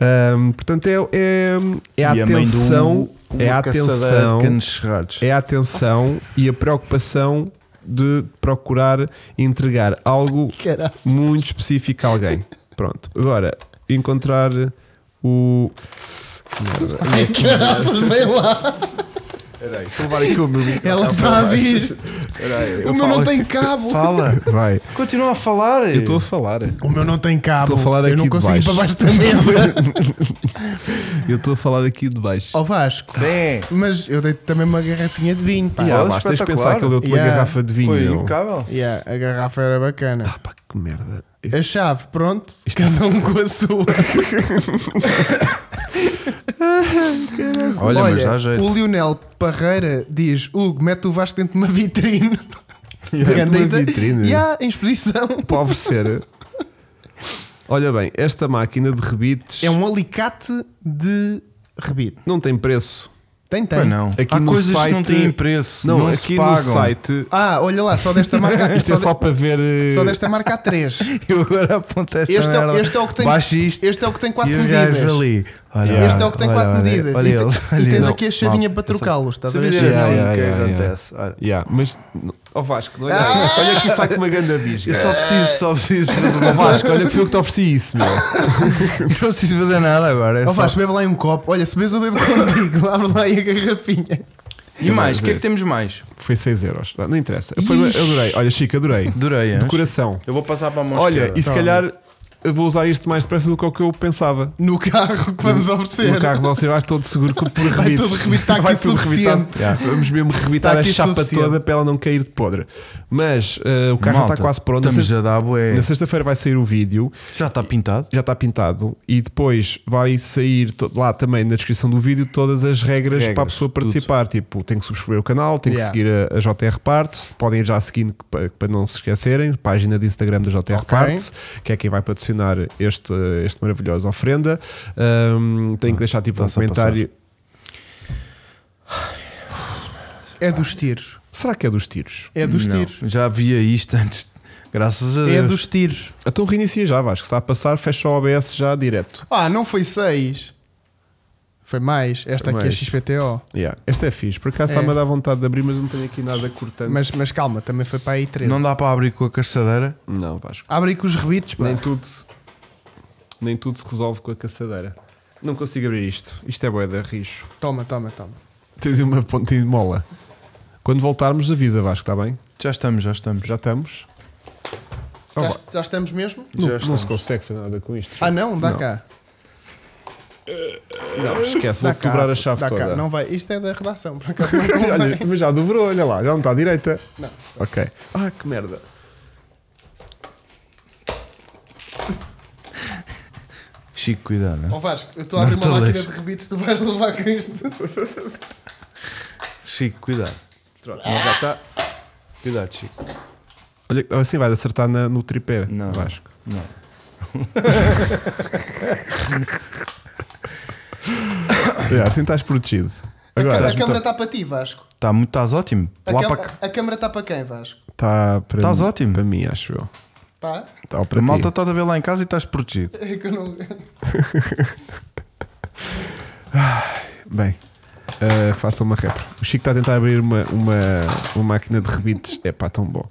Ahm, portanto, é, é, é a E a mãe do- atenção. É a uma caçadeira de atenção. um De canos cerrados. É a atenção e a preocupação de procurar entregar algo Caralho. muito específico a alguém. Pronto. Agora, encontrar o. Caralho, vem lá. Peraí, deixa eu levar aqui o meu Ela está a vir. O meu não assim, tem cabo. Fala, Vai. continua a falar. Eu estou a falar. O meu não tem cabo. Estou a falar Eu aqui não de consigo ir baixo. para baixo da mesa. Eu estou a falar aqui de baixo. Ó Vasco. Sim. Mas eu dei-te também uma garrafinha de vinho, pá. Yeah, Olha, Ah, basta tens de pensar espetacular. que ele deu-te uma Yeah. um garrafa de vinho. Foi meu. impecável. Yeah, a garrafa era bacana. Ah, pá, que merda. A chave, pronto. Cada um com a sua. Olha, mas dá jeito. o Lionel Parreira diz: Hugo, mete o Vasco dentro de uma vitrine. Dentro de uma Grande vitrine? ideia. Yeah, em exposição. Pobre ser. Olha bem, esta máquina de rebites É um alicate de rebite. não tem preço. Tem, tem. Pois não. Aqui Há no coisas que não site- têm preço. Não, Não, aqui se pagam. no site. Ah, olha lá, só desta marca. Isto só, é de- só para ver. eh, só desta marca há 3. Eu agora aponto esta Este é o- merda. este é o que tem- Baixa isto Este é o que tem 4 e os gajos medidas. ali. Olha, Este é o que tem olha, 4 olha, medidas. Olha, e, ele, te- olha e tens ele. aqui a chavinha Malta, para trocá-los. Estás Se a ver? Ah, fizer Yeah, assim, yeah, o que é que yeah, yeah. acontece? Olha, Yeah, mas. Ó Vasco, não olha aí. Olha que sai com uma grande Eu bisga. só preciso, só preciso. Ó Vasco, olha que foi eu que te ofereci isso, meu. eu não preciso fazer nada agora. é Ó só- Vasco, bebe lá em um copo. Olha, se bebes eu bebo contigo. Abre lá aí a garrafinha. E mais, o que é que temos mais? Foi 6 euros. Não interessa. Foi, uma- eu adorei. Olha, Chico, adorei. Adorei, hein? De coração. Eu vou passar para a mão Olha, esquerda. e se calhar eu vou usar isto mais depressa do que o que eu pensava. No carro que vamos oferecer. No carro você vai todo seguro que por Vai rebites. tudo rebitar aqui Vai tudo suficiente. rebitado. Vamos mesmo rebitar Está a aqui chapa suficiente. toda para ela não cair de podre. Mas eh, o carro Malta, está quase pronto. Na Estamos sexta- a dar bué. Na sexta-feira vai sair o vídeo, Já está pintado. já está pintado, e depois vai sair to- lá também na descrição do vídeo todas as regras, Regras, para a pessoa participar. Tipo, tem que subscrever o canal, tem Yeah. que seguir a, a JR Parts, podem ir já seguindo que pa- para não se esquecerem, página de Instagram da JR Ok. Parts, que é quem vai patrocinar este, este maravilhoso ofrenda. Ahm, tem que deixar tipo um está-se a passar. comentário. É dos tiros. Será que é dos tiros? É dos Não, tiros. Já havia isto antes. Graças a É Deus. dos tiros. Então reinicia já, Vasco. Se está a passar, fecha o OBS já direto. Ah, não foi 6. Foi mais. Esta Foi aqui é mais. XPTO. Yeah. Este é fixe. Por acaso É. está-me a dar vontade de abrir, mas não tenho aqui nada cortando. Mas, mas calma, também foi para aí 13. Não dá para abrir com a caçadeira. Não, Vasco. Abre aí com os rebites, pá. Nem tudo, nem tudo se resolve com a caçadeira. Não consigo abrir isto. Isto é boeda, rijo. Toma, toma, toma. Tens uma pontinha de mola. Quando voltarmos, avisa, Vasco, está bem? Já estamos, já estamos. Já estamos. Então Já, vá. já estamos mesmo? Não, já não estamos. se consegue fazer nada com isto. Ah, não? Dá Não. cá. Não, esquece, vou Dá cá, dobrar a chave dá cá. toda. Não vai. Isto é da redação, por acaso. Não convém. Olha, mas já dobrou, olha lá, já não está à direita. Não. Ok. Ah, que merda. Chico, cuidado. hein? Ó Vasco, eu estou a abrir Não te uma máquina de rebites, tu vais levar com isto. Chico, cuidado. Pronto, não já está. Cuidado, Chico. Olha, assim vai acertar na- no tripé, Não. Vasco. Não. É, assim estás protegido. a Agora, câmara- a câmara está para ti, Vasco. Tá muito, estás ótimo. A, Lá câmara- para cá. a câmara está para quem, Vasco? está tá para Estás mim- ótimo. Para mim, acho eu. Pá, Está para A malta malta. está a ver lá em casa e estás protegido. é que eu não. Bem, eh, faça uma rap. O Chico está a tentar abrir uma, uma, uma máquina de rebites. É pá, tão bom.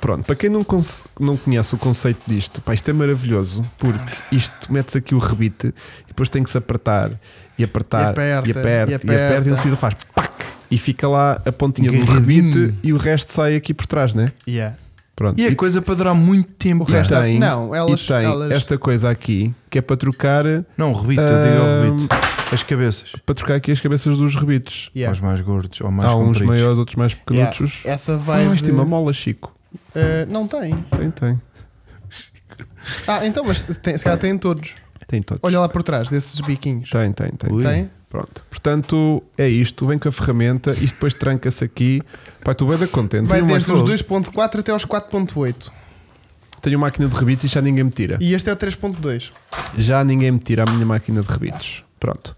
Pronto, para quem não, conce- não conhece o conceito disto, pá, isto é maravilhoso porque isto metes aqui o rebite e depois tem que se apertar e apertar E aperta, e aperta e e aperta. aperta e no final faz pac e fica lá a pontinha do Guerrinho. rebite e o resto sai aqui por trás, né? Yeah. Pronto. E a coisa para durar muito tempo. O resto tem- não, e é elas, tem elas esta coisa aqui que é para trocar, Não, rebito, eu digo ao rebito. As cabeças. para trocar aqui as cabeças dos rebitos. yeah. Os mais gordos ou mais Há uns compridos. maiores, outros mais Yeah. pequenutos. Essa vai. Ah, isto de- tem uma mola, Chico. Eh, não tem. Tem, tem. Ah, então, mas se tem- se calhar tem todos. Tem todos. Olha lá por trás desses biquinhos. Tem, tem, tem. Ui. Tem? Pronto. Portanto, é isto. Vem com a ferramenta. Isto depois tranca-se aqui. Pai, tu vai dar contente. Vai Tenho, uma- desde os 2.4 até aos 4.8. tenho uma máquina de rebitos e já ninguém me tira. E este é o 3.2. Já ninguém me tira a minha máquina de rebitos. Pronto.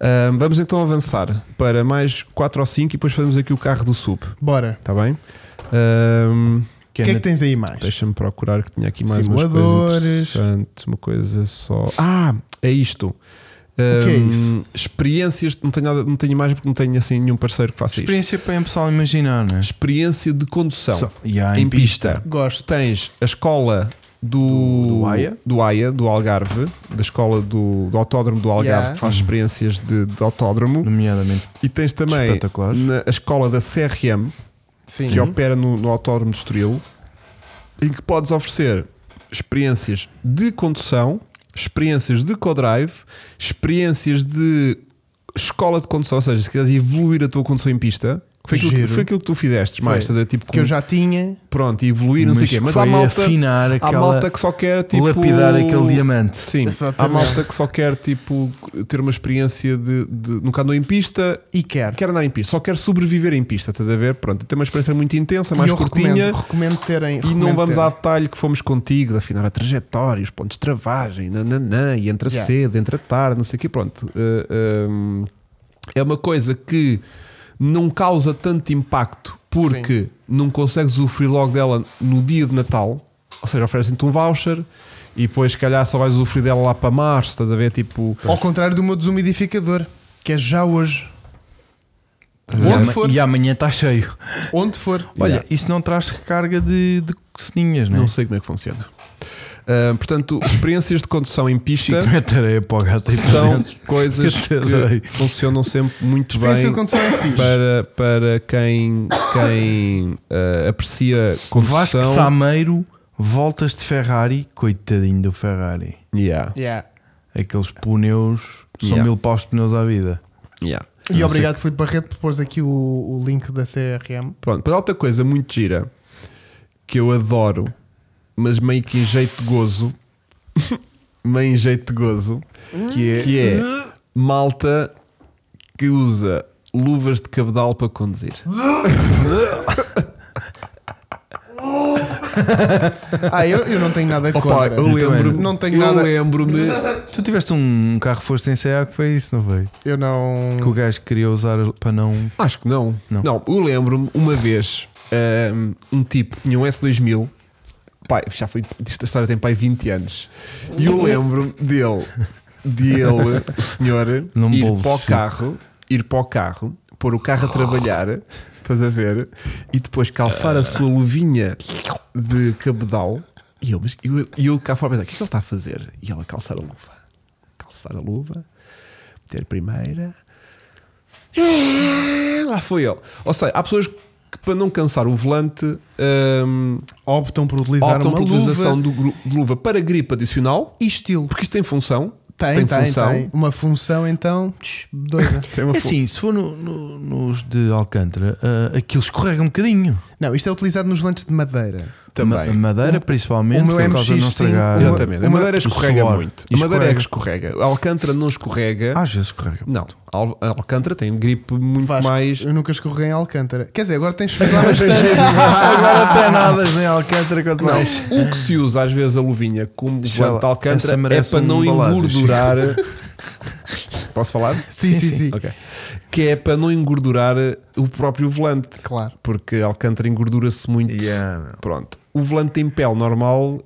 Ahm, vamos então avançar para mais 4 ou 5 e depois fazemos aqui o carro do sub. Bora. Está bem? Ahm, O que é que tens aí mais? Deixa-me procurar que tinha aqui mais umas Simuladores. coisas interessantes. Uma coisa só. Ah, é isto. O que é isso? Experiências, não tenho, nada, não tenho imagem porque não tenho assim nenhum parceiro que faça isto. Experiência para o pessoal imaginar, não é? Experiência de condução Só- E há em pista. Gosto. Tens a escola do, Do- do AIA. do AIA, do Algarve, da escola do, do Autódromo do Algarve, Yeah. Uhum. que faz experiências de, de autódromo. Nomeadamente. E tens também Espetaculares. na, a escola da CRM, Sim. que opera no, no Autódromo de Estoril, em que podes oferecer experiências de condução, experiências de co-drive, experiências de escola de condução, ou seja, se quiseres evoluir a tua condução em pista, que foi aquilo, que, Giro. foi aquilo que tu fizeste, mais, Foi. estás a dizer, tipo, Que eu já tinha. pronto, evoluir, não sei o Mas quê, mas foi há malta, afinar há aquela. malta que só quer tipo Lapidar aquele diamante. Sim, há Exatamente. malta que só quer tipo ter uma experiência de, de nunca andou em pista E quero. quer É andar em pista, só quer sobreviver em pista, estás a ver? Pronto, tem uma experiência muito intensa, e mais eu curtinha recomendo, recomendo terem. e não recomendo vamos terem. ao detalhe que fomos contigo, de afinar a trajetória, os pontos de travagem, nananã, e entra Yeah. cedo, entra tarde, não sei o quê, pronto. Uh, um, é uma coisa que não causa tanto impacto porque não consegues usufruir logo dela no dia de Natal, ou seja, oferecem-te um voucher e depois, se calhar, só vais usufruir dela lá para março, estás a ver? Tipo, Ao contrário do meu desumidificador, que é já hoje. E ama- Onde for. E amanhã está cheio. Onde for. Olha, Yeah. isso não traz recarga de, de ceninhas, Né? não é? não sei como é que funciona. Uh, portanto, experiências de condução em pista. Chico, mete Tipo, areia para o gato aí para são dentro. coisas Eu te dei. que funcionam sempre muito Experiência bem de condução é fixe. para, para quem, quem eh, aprecia Vasco condução. Sameiro, voltas de Ferrari, coitadinho do Ferrari. Yeah, Yeah. Aqueles pneus, são É. Yeah. mil paus de pneus à vida. yeah. E obrigado, Filipe Barreto, por pôres aqui o, o link da CRM. Pronto, para outra coisa muito gira que eu adoro, mas meio que em jeito de gozo, meio em jeito de gozo, que é, que é Hum. malta que usa luvas de cabedal para conduzir. Ah, eu, eu não tenho nada Opa, contra. eu lembro-me, Não tenho eu nada. lembro-me Tu tiveste um carro foste sem CA que foi isso, não foi? Eu não. Que o gajo queria usar para não. Acho que não. Não. Não, eu lembro-me uma vez um, um tipo tinha um S2000. Pai, já foi. Esta história tem pai 20 anos. E eu lembro-me dele, dele, o senhor, Num ir bolso. para o carro, ir para o carro, pôr o carro a trabalhar, estás a ver? E depois calçar a sua luvinha de cabedal. E eu, mas eu, e eu cá fora a pensar, o que é que ele está a fazer? E ela calçar a luva. Calçar a luva, ter primeira. Ah, Lá foi ele. Ou seja, há pessoas que, para não cansar o volante, hum, Optam por utilizar optam uma pela utilização luva. do gru- de luva para gripe adicional, E estilo. porque isto tem função. Tem, tem, tem, função. Uma função então. tch, Doida. Tem uma É fu- assim, se for no- no- nos de Alcântara, ah, aquilo escorrega um bocadinho. Não, isto é utilizado nos volantes de madeira. Também. Ma- madeira, principalmente, o meu é por causa de não MX5, estragar. uma- Exatamente. a uma- madeira o escorrega suor. muito. E A madeira é que escorrega. A Alcântara não escorrega. Ah, Às vezes escorrega. Não. Al- A Alcântara tem gripe muito Vasco, mais. Eu nunca escorreguei em Alcântara. Quer dizer, agora tens de falar bastante. Agora até nada em Alcântara quanto Não, mais. o que se usa às vezes a luvinha como Sei lá, volante de essa Alcântara é merece para um não balásio, Chico. engordurar. Posso falar? sim, sim, sim. Ok. Que é para não engordurar o próprio volante. Claro. Porque a Alcântara engordura-se muito. Yeah. Pronto. O volante em pele normal,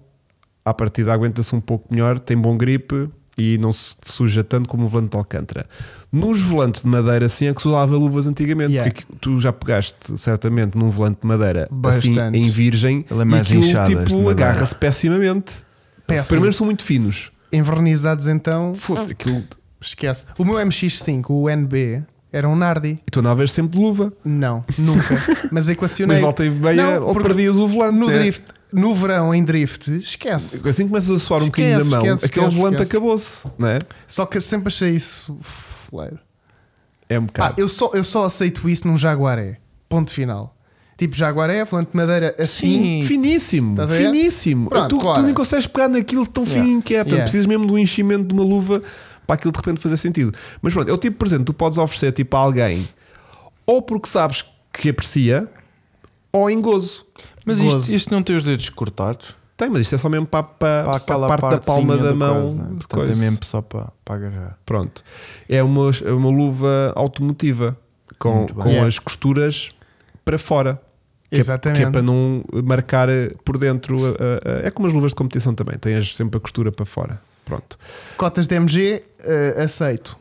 à partida aguenta-se um pouco melhor, tem bom gripe e não se suja tanto como o volante de Alcântara. Nos volantes de madeira, assim é que se usava luvas antigamente. Yeah. Porque aqui- tu já pegaste certamente num volante de madeira assim, Bastante. em virgem Ele é e mais aquilo, inchado, este de tipo, madeira. Ah, agarra-se pessimamente. Péssimo. Primeiro são muito finos. Envernizados então. Foda-se, aquilo Esquece. O meu MX5, o NB, Era um Nardi. E tu andavas sempre de luva. Não, nunca. Mas equacionei. Mas volta e meia Não, ou porque perdias o volante. No né? drift, no verão em drift, esquece. Assim que começas a suar um Esquece, bocadinho da mão, esquece, aquele esquece, volante esquece. acabou-se, não é? Só que eu sempre achei isso fuleiro. É um Ah, bocado. eu só, eu só aceito isso num Jaguaré. Ponto final. Tipo, Jaguaré, volante de madeira assim. Sim, finíssimo, Estás a ver? finíssimo. Pronto, tu, claro. tu nem consegues pegar naquilo tão Yeah. fininho que é. Portanto, Yeah. precisas mesmo do enchimento de uma luva para aquilo de repente fazer sentido. Mas pronto, é o tipo de presente que tu podes oferecer tipo, a alguém ou porque sabes que aprecia ou em gozo. Mas isto, Gozo. isto não tem os dedos cortados? Tem, mas isto é só mesmo para, para, Para para aquela a parte da palma partezinha da do mão. coisa, né? de Portanto, coisa. é mesmo só para, para agarrar. Pronto. É uma, é uma luva automotiva com, Muito bem. com Yeah. as costuras para fora. Que é- Exatamente. que é para não marcar eh, por dentro. eh, eh, É como as luvas de competição também, têm as- sempre a costura para fora. Pronto. Cotas de MG, eh, aceito.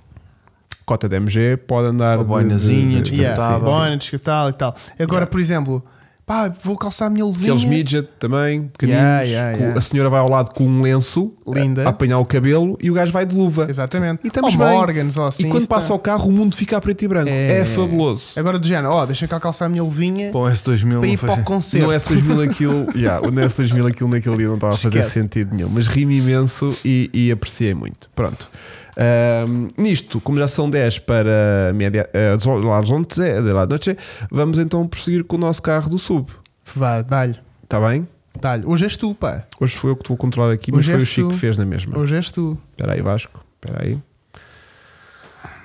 Cota de MG pode andar. Ou de- boinazinha, de- de- descartável. Yeah. sim, sim. Bonnet, que tal e tal. Agora, Yeah. por exemplo, pá, vou calçar a minha luvinha. Aqueles midget também, pequeninos. Yeah, yeah, com- yeah. A senhora vai ao lado com um lenço Linda. a apanhar o cabelo e o gajo vai de luva. Exatamente. E estamos Ou bem. Morgans, ou assim, e quando isso passa tá- ao carro, o mundo fica a preto e branco. É, É. fabuloso. Agora do género, ó, deixa cá calçar a minha luvinha Para o S2000 para não ir para o faz... concerto. No S2000 é aquilo, yeah, no S2000 aquilo naquele dia não estava a fazer Esquece. sentido nenhum, mas rimo imenso e, e apreciei muito. Pronto. Ahm, nisto, como já são 10 para média, eh, Las 11 é de la noche, vamos então prosseguir com o nosso carro do sub. Vá, dá-lhe, Está bem? dá-lhe. Hoje és tu, pá. Hoje foi eu que estou a controlar aqui, mas Hoje foi o és Chico tu. que fez na mesma. Hoje és tu. Espera aí, Vasco. Espera aí.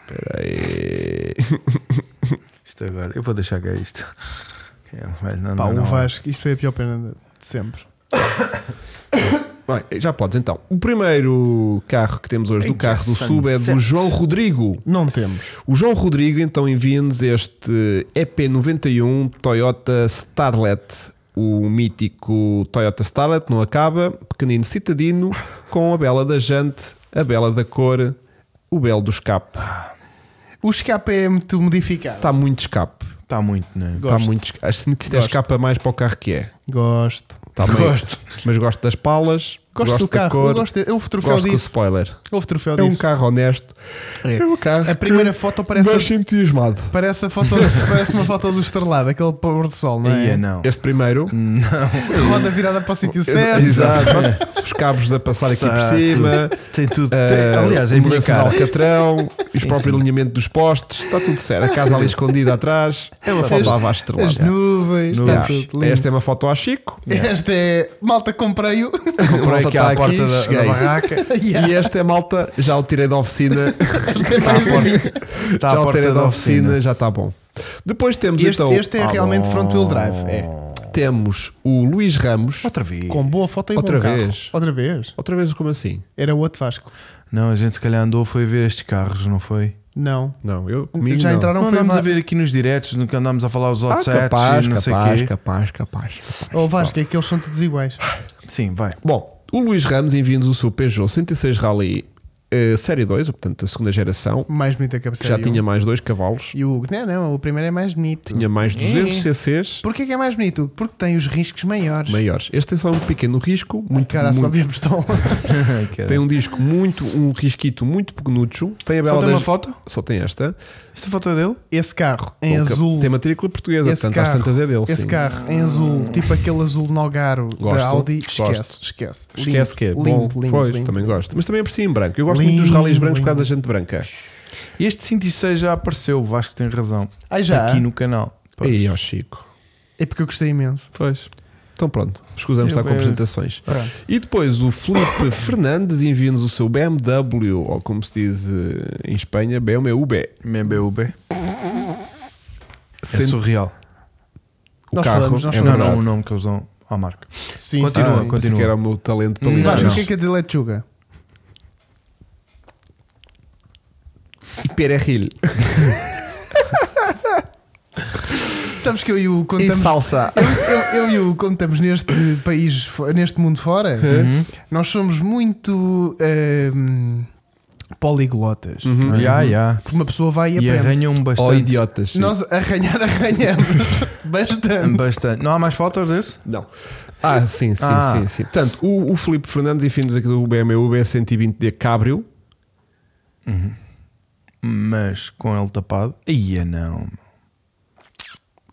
Espera aí. Isto agora, eu vou deixar que é isto. É, velho, não, Pá, não, o não. Vasco, isto foi a pior pena de de sempre. Bem, já podes então. O primeiro carro que temos hoje do carro do sub é do João Rodrigo. Não temos. O João Rodrigo então envia-nos este EP91 Toyota Starlet. O mítico Toyota Starlet não acaba, pequenino citadino, com a bela da jante, a bela da cor, o belo do escape. O escape é muito modificado. Está muito escape. Está muito, não é? Está muito escape. Acho que isto é Gosto. escapa mais para o carro que é. Gosto. Está meio- Mas gosto das palas, Gosto, do da carro. cor, eu gosto de- Houve troféu gosto do disso. spoiler. Houve troféu É um disso. carro honesto. É, um carro. A primeira que foto me parece, deixa entusiasmado. parece, a foto, parece uma foto do estrelado, aquele pôr do sol, não Aí é? é não. Este primeiro. Roda virada para o sítio certo. Exato. Os cabos a passar aqui por Exato. cima. Tem tudo. tem- ah, aliás, é a minha mudança de cara. Alcatrão, os próprios sim. alinhamento dos postes, está tudo certo. A casa ali escondida atrás. É uma foto à estrelada. As nuvens, está Yeah. tudo lindo. Esta é uma foto ao Chico. Esta é. Malta, comprei-o. Comprei tá aqui Malta está à à é porta da- da barraca. Yeah. E esta é malta, já o tirei da oficina. Está à Mais um. porta, Está já à o tirei porta da oficina. já está bom. Depois temos Este, então este é Ah, realmente bom. front-wheel drive. É. temos o Luís Ramos. Outra vez. Com boa foto e Outra bom carro. vez. Outra vez. Outra vez, como assim? Era o outro Vasco. Não, a gente se calhar andou foi ver estes carros, não foi? Não. Não, eu comigo Já não. entraram Não, foi andámos va- a ver aqui nos diretos, no que andámos a falar os Ah, offsets capaz, e não capaz, sei capaz, quê. capaz, capaz. Ou Vasco, é que eles são todos iguais. Sim, vai. Bom, o Luís Ramos envia-nos o seu Peugeot 106 Rally eh, Série 2, ou, portanto, da segunda geração, Mais bonita que a que Becerra já e o- tinha mais dois cavalos, E o. Não, não, o primeiro é mais bonito. tinha mais 200 cc's Porquê que é mais bonito? Porque tem os riscos maiores. maiores. Este é só um pequeno risco, muito, Cara, só muito- vemos tão. tem um disco muito, um risquito muito pequenucho. Tem a bela Só tem das- uma foto? Só tem esta. Esta foto é dele? Esse carro em Com- azul. Tem matrícula portuguesa, esse portanto, carro, às tantas é dele. Esse sim. carro em azul, tipo aquele azul Nogaro Gosto, da Audi, gosto. esquece, esquece. Esquece Lindo, que é lindo, bom, lindo, pois, lindo, também lindo. gosto. Mas também aprecio em branco. Eu gosto muito Lindo, dos rallies brancos por causa da lindo. gente branca. Este 106 já apareceu, o Vasco tem razão. Ai, já? Aqui no canal. Pois. E ao Chico. É porque eu gostei imenso. Pois. Então pronto, escusamos estar Eu- com apresentações. Pronto. E depois o Felipe Fernandes envia-nos o seu BMW, ou como se diz eh, em Espanha, BMW. MBUB. É Cent- surreal. o Nós carro. falamos, nós é É não, verdade. não, o nome que eles dão à marca. Sim, Continua, sim, Ah, sim. pensei que era o meu talento para Não, ligar. Vasco, Não. o que é que quer dizer lechuga? E perejil. Sabes que eu e o quando estamos- salsa. eu, eu- eu e o quando estamos neste país, fo- neste mundo fora, nós somos muito ehm, poliglotas. Uhum. Já, já. Porque uma pessoa vai Hum. e E aprende. arranham Ou bastante. idiotas. sim. Nós arranhar, arranhamos bastante. Bastante. Não há mais fotos desse? Não. Ah, sim, sim, Ah. sim, sim. Portanto, o, o é Felipe Fernandes enfim-nos aqui do BMW B120D Cabrio. mas com ele tapado, ia não.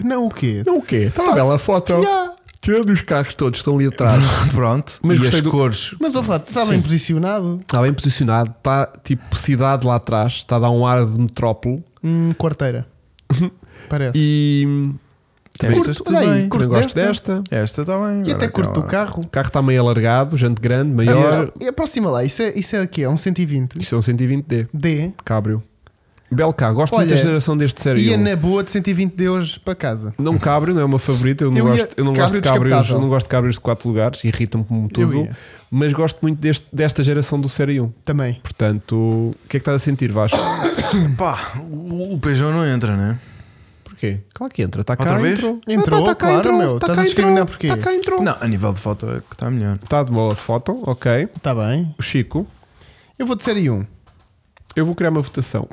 Não, o quê? Não então- o quê? Está uma bela foto. Yeah. Tirando os carros todos, estão ali atrás. Pronto, Mas e gostei as do- cores. Mas, ó, Flato, está bem posicionado. Está Tá bem posicionado, está tipo cidade lá atrás, está a dar um ar de metrópole Hum, quarteira. Parece. e Estas Assim. Curto, tudo olha aí, bem. também Curto gosto desta. Esta está bem. E, até agora curto aquela- o carro. O carro está meio alargado, gente grande, maior. E aproxima lá, isso é, isso é o quê? É um 120? Isto é um 120D, D. cabrio. Belo carro, gosto muito Olha, da geração deste série. Ia 1. na boa de 120 de hoje para casa. Não cabrio, não é uma favorita. Eu não, Eu ia- gosto, eu não gosto cabrio de cabrios, descapotável. eu não gosto de cabrios de 4 lugares, irritam-me como Eu tudo, ia. mas gosto muito deste- desta geração do Série 1. Também. Portanto, o que é que estás a sentir, Vasco? Pá, o o Peugeot não entra, né? Porquê? Claro que entra, está cá Outra vez? entrou. tá Entrou, Ah, pá, tá cá claro, entrou, meu. tá Estás cá a discriminar entrou, porquê? Tá cá entrou. Não, a nível de foto é que está melhor. Está de boa foto, ok. Está Tá bem. O Chico, Eu vou de série 1. eu vou criar uma votação.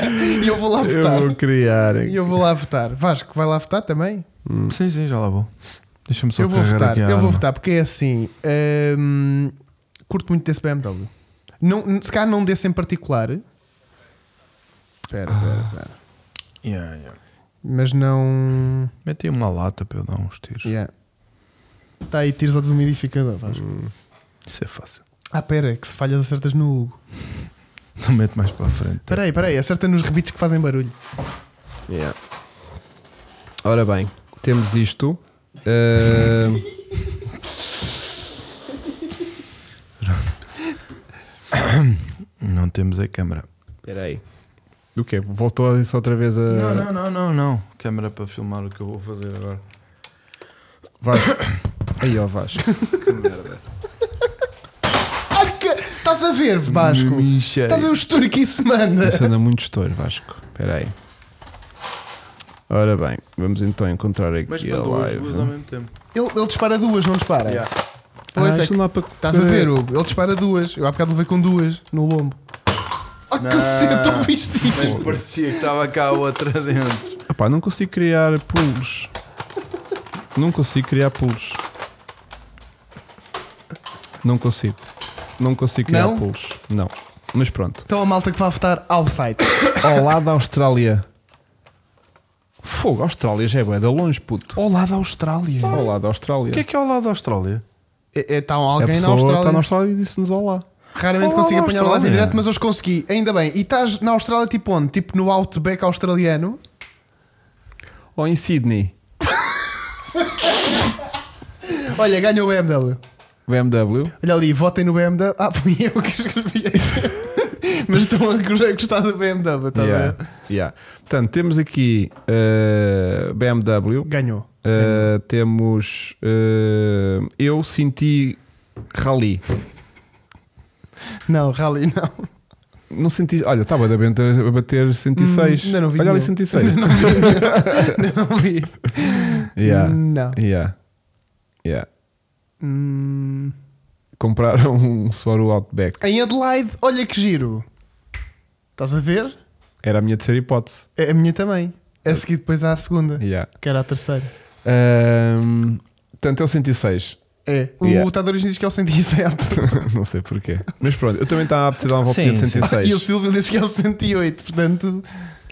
E eu vou lá votar. eu vou criar. E eu vou lá votar. Vasco, vai lá votar também? Sim, sim, já lá vou. Deixa-me só eu vou carregar votar. aqui a Eu vou arma. votar porque é assim. hum, curto muito desse BMW. Não, se calhar não desse em particular. Espera, espera, espera. Yeah, yeah. Mas não. Meti uma lata para eu dar uns tiros. Yeah. Está aí, tiros ao desumidificador. Vasco. Isso é fácil. Ah, pera, que se falhas acertas no Hugo. Então mete mais para a frente. Espera aí, espera aí, acerta nos rebites que fazem barulho. Yeah. Ora bem, temos isto. Uh, Não temos a câmera. Espera aí. O quê? Voltou isso outra vez a. Não, não, não, não, não. Câmera para filmar o que eu vou fazer agora. Vasco. Aí, ó, Vasco. Ai, que... Estás a ver, Vasco? Michel. Estás a ver o estouro que isso manda? Isso anda muito estouro, Vasco. Espera aí. Ora bem, vamos então encontrar aqui a live. mesmo tempo. Ele, ele dispara duas, não dispara? Yeah. Pois Ah, é isto que- não dá para- Estás a ver, Hugo? Ele dispara duas. Eu há bocado levei com duas no lombo. Ah, Não. cacete, ouviste isto? Mas parecia que estava cá a outra dentro. Ah pá, não consigo criar pulos. Não consigo criar pulos. Não consigo. Não consigo criar Não? pulos. Não. Mas pronto. Então a malta que vai votar ao site. Ao lado da Austrália. Fogo, a Austrália já é bué da longe, puto. Olá da Austrália. Ao lado da O Austrália. que é que é ao lado da Austrália? É, é, tá a alguém na pessoa Austrália. está na Austrália e disse-nos olá. Raramente Olá, consigo da apanhar o live em Austrália. direto, mas hoje consegui. Ainda bem. E estás na Austrália tipo onde? Tipo no Outback australiano? Ou em Sydney. Olha, ganha o BMW. BMW. Olha ali, votem no BMW. Ah, fui eu que escrevi. Mas estão a gostar- gostar do BMW, está yeah. Tá bem? yeah. Portanto, temos aqui eh, BMW. Ganhou. Uh, temos. uh, eu senti rally. Não, Rally não. Não senti. Olha, tá estava a bater, a bater 106. Hum, ainda não vi Olha ali nenhum. 106. Ainda não vi. Ainda não vi. yeah. Não. Yeah. Yeah. Hum. Compraram um Subaru Outback. Em Adelaide, olha que giro. Estás a ver? Era a minha terceira hipótese. É a minha também. A seguir depois há a segunda, Yeah. que era a terceira. Um, portanto, é o 106. É. O Yeah. lutador diz que é o 107. não sei porquê. Mas pronto, eu também estava a precisar de uma voltinha de Sim, sim. e o 106. Silvio diz que é o 108. Portanto,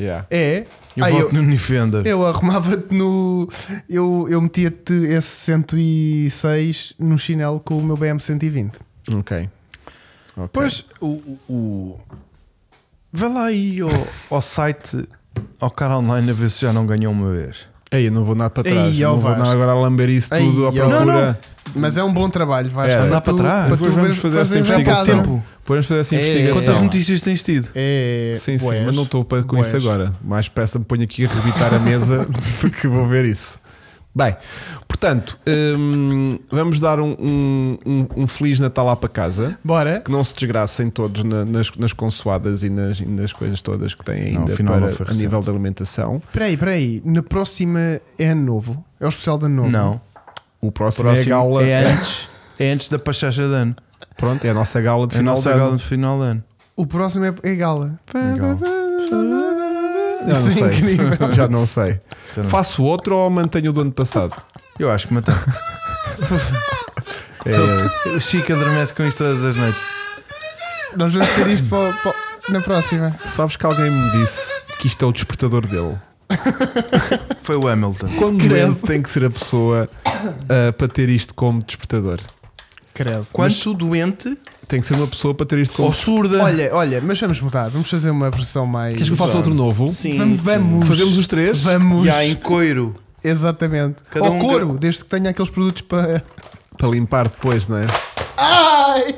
Yeah. é. Eu Ah, voto eu, no Nifender. eu arrumava-te no. Eu, eu metia-te esse 106 no chinelo com o meu BM 120. Ok. Ok. Pois, o, o- o- Vê lá aí ao, ao site, ao cara online, a ver se já não ganhou uma vez. Ei, eu não vou nada para Ei, trás. ó, não vou Vasco. nada agora a lamber isso Ei, tudo ó. à Não, procura. não. Mas é um bom trabalho, vais É. Andar para trás. Para tu Depois vamos veres- fazer essa fazeres em Quanto investigação. casa. tempo? Podemos fazer essa É, investigação. Quantas Não. notícias tens tido? É. Sim, sim, bués. mas não estou para com isso Bués. agora. Mais pressa me ponho aqui a rebitar a mesa do que vou ver isso. Bem, portanto, hum, vamos dar um, um- um- um Feliz Natal lá para casa. Bora. Que não se desgracem todos na- nas, nas consoadas e nas, e nas coisas todas que têm Não, ainda afinal não para, foi a nível recente. de alimentação. Peraí, peraí. Na próxima é ano novo. É o especial de ano novo. Não. O próximo, Próximo é a gala. é antes, é antes da pachacha de ano. Pronto, é a nossa gala de É a final nossa de ano. gala de final de ano. O próximo é, é gala. Legal. Já não Isso é sei. incrível. Já não sei. Já não- Faço outro ou mantenho o do ano passado? Eu acho que matamos. É, O Chico adormece com isto todas as noites. Nós vamos ter isto para, o- para o- na próxima. Sabes que alguém me disse que isto é o despertador dele. Foi o Hamilton. Quão Credo. doente tem que ser a pessoa ah, para ter isto como despertador? Credo. Quanto doente Tem que ser uma pessoa para ter isto como. ou surda? Olha, olha, mas vamos mudar. Vamos fazer uma versão mais. Queres que eu faça outro novo? Sim, Vamos, sim. vamos. Fazemos os três? Vamos. E há em coiro. Exatamente. Cada Ou um couro, desde que tenha aqueles produtos para. Para limpar depois, não é? Ai!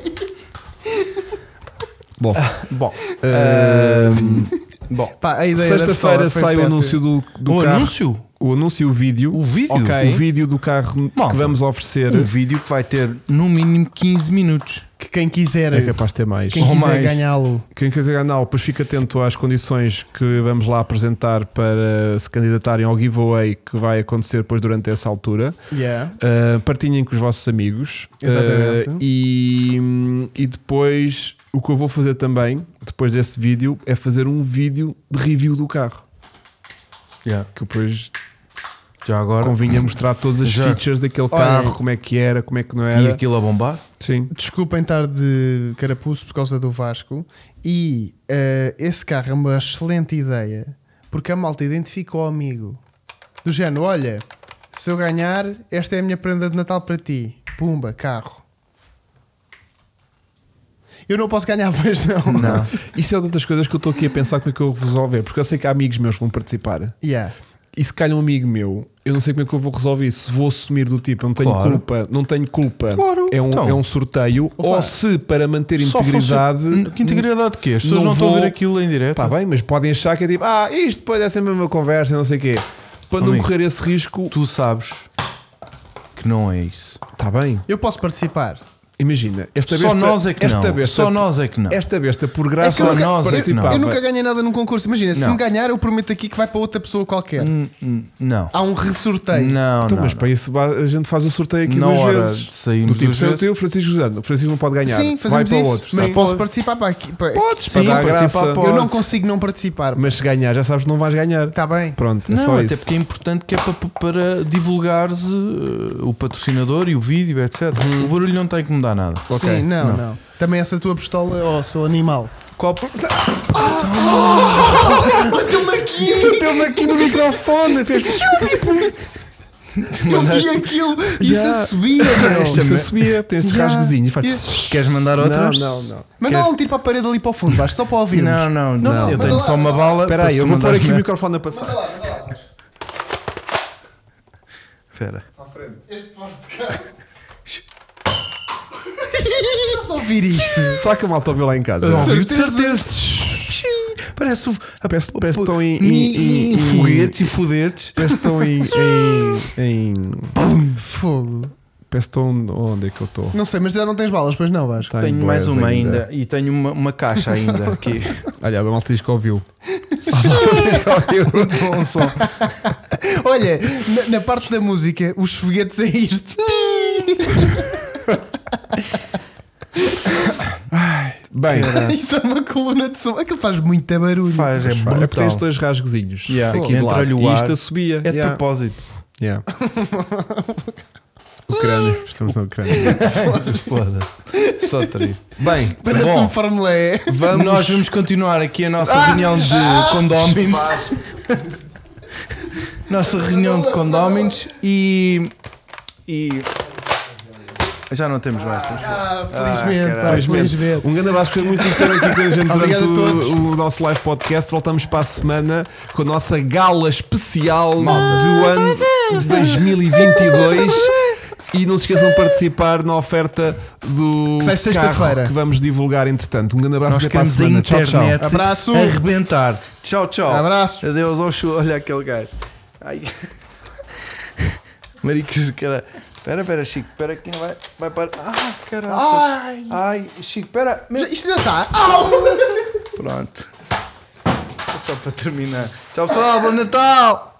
Bom. Ah, Bom, ahm, bom. Pá, a ideia da Sexta-feira pistola foi sai o péssima. anúncio do, do o carro. anúncio? O anúncio e o vídeo. O vídeo? O vídeo do carro Malta. que vamos oferecer. é Um vídeo que vai ter no mínimo 15 minutos. Que quem quiser, É capaz de ter mais. quem Ou quiser mais. ganhá-lo. Quem quiser ganhar, depois fica atento às condições que vamos lá apresentar para se candidatarem ao giveaway que vai acontecer depois durante essa altura. Yeah. Uh, partilhem com os vossos amigos. Exatamente. Uh, e, e depois, o que eu vou fazer também, depois desse vídeo, é fazer um vídeo de review do carro. Que eu depois Já agora. convinha mostrar todas as Já. features daquele Olha. carro, como é que era, como é que não E era. aquilo a bombar? Sim. Desculpem estar de carapuço por causa do Vasco. E eh, esse carro é uma excelente ideia porque a malta identifica o amigo. Do género, olha, se eu ganhar, esta é a minha prenda de Natal para ti. Pumba, carro. Eu não posso ganhar, pois não. Isso é uma das coisas que eu estou aqui a pensar como é que eu vou resolver, porque eu sei que há amigos meus que vão participar. Yeah. E se calhar um amigo meu, eu não sei como é que eu vou resolver isso. Se vou assumir do tipo, eu não tenho Claro. culpa, não tenho culpa. Claro. É, um, Então. é um sorteio. Vou falar. Ou se para manter Só um- integridade. é fosse- Que integridade que é? As pessoas Não não, estão a vou- ver aquilo em direto. Pá, bem, mas podem achar que é tipo, ah, isto depois é sempre a mesma conversa, não sei o quê. Para não Amigo. correr esse risco, Tu sabes que não é isso. está tá bem. Eu posso participar. Imagina, esta Só besta. nós é que esta não. Besta, Só nós é que não. Esta besta, por graça É que eu nunca- nós é que não. participava. Eu nunca ganhei nada num concurso. Imagina, se Não. me ganhar, eu prometo aqui que vai para outra pessoa qualquer. N- n- Não. Há um ressorteio. Não, Então, não. mas não. para isso ba- a gente faz o sorteio aqui Na duas hora vezes. saímos do tipo, duas se eu vezes. tenho o Francisco José, o Francisco não pode ganhar. vai Sim, fazemos para isso. outro. mas sim. posso participar para aqui. para- Podes, Sim, para dar participar graça. pode. Eu não consigo Tá. não participar. Mas se ganhar, já sabes que não vais ganhar. Está bem. Pronto, é Não, só até isso. porque é importante que é para, para divulgares eh, o patrocinador e o vídeo, etc. Uhum. O barulho não tem que mudar nada. Sim, não, não, Também essa tua pistola, oh, sou animal. Copo. Bateu-me aqui no microfone, fez é Eu vi aquilo e Yeah. isso subia, Isto é se bro. subia, tem estes Já. rasguezinhos. faz- Isso. Queres mandar outra? Não, não, não. Manda lá um tiro para a parede ali para o fundo, baixo, só para ouvirmos. Não, não, não. não, eu manda tenho lá, só uma bala. Espera aí, se eu tu vou pôr mandares aqui o merda- microfone a passar. Espera. Este podcast. Estás a ouvir isto? Será que a malta ouviu lá em casa? Não, ouviu, de Parece, parece, parece que estão em, em, em, Em em foguetes e fodetes. Parece que estão em, em, em- Fogo. Parece que estão onde é que eu Tá estou? Não sei, mas já não tens balas, pois não, Vasco? Tenho Tenho mais boas uma ainda. e tenho uma, uma caixa ainda aqui. Olha, a malta diz que ouviu. A malta diz que ouviu. Bom som. Olha, na, na parte da música, os foguetes é isto. Bem, Isso é uma coluna de som. Aquilo faz muito barulho. Faz, é pá, é porque tem brutal. estes dois rasguezinhos. Yeah. Aqui de lado. Entra-lhe o E ar. isto a subia. É de yeah. propósito. Yeah. Ucrânia. Estamos na Ucrânia. Foda-se. Só triste. Bem, Parece bom, um Fórmula E. vamos... nós vamos continuar aqui a nossa Ah! reunião de condóminos. nossa reunião de condóminos e. e. Já não temos mais. temos- Ah, felizmente, Ah, pá, caralho. felizmente. Um grande abraço, foi muito estar aqui com a gente durante Obrigado a todos. o, o nosso live podcast. Voltamos para a semana com a nossa gala especial do ano 2022. E não se esqueçam de participar na oferta do Que sai sexta-feira. carro que vamos divulgar entretanto. Um grande abraço Nós até para a queremos semana. a Tchau, internet tchau. Abraço. a arrebentar. Tchau, tchau. Abraço. Adeus ao chu. Olha aquele gajo. Ai. Maricas de cara. Espera, espera, Chico. Espera que não vai. Vai para. Ah, caralho. Ai. Chico, espera. Meu- Já- Isto ainda está. Au! Pronto. É Só para terminar. Tchau, pessoal. Bom Natal.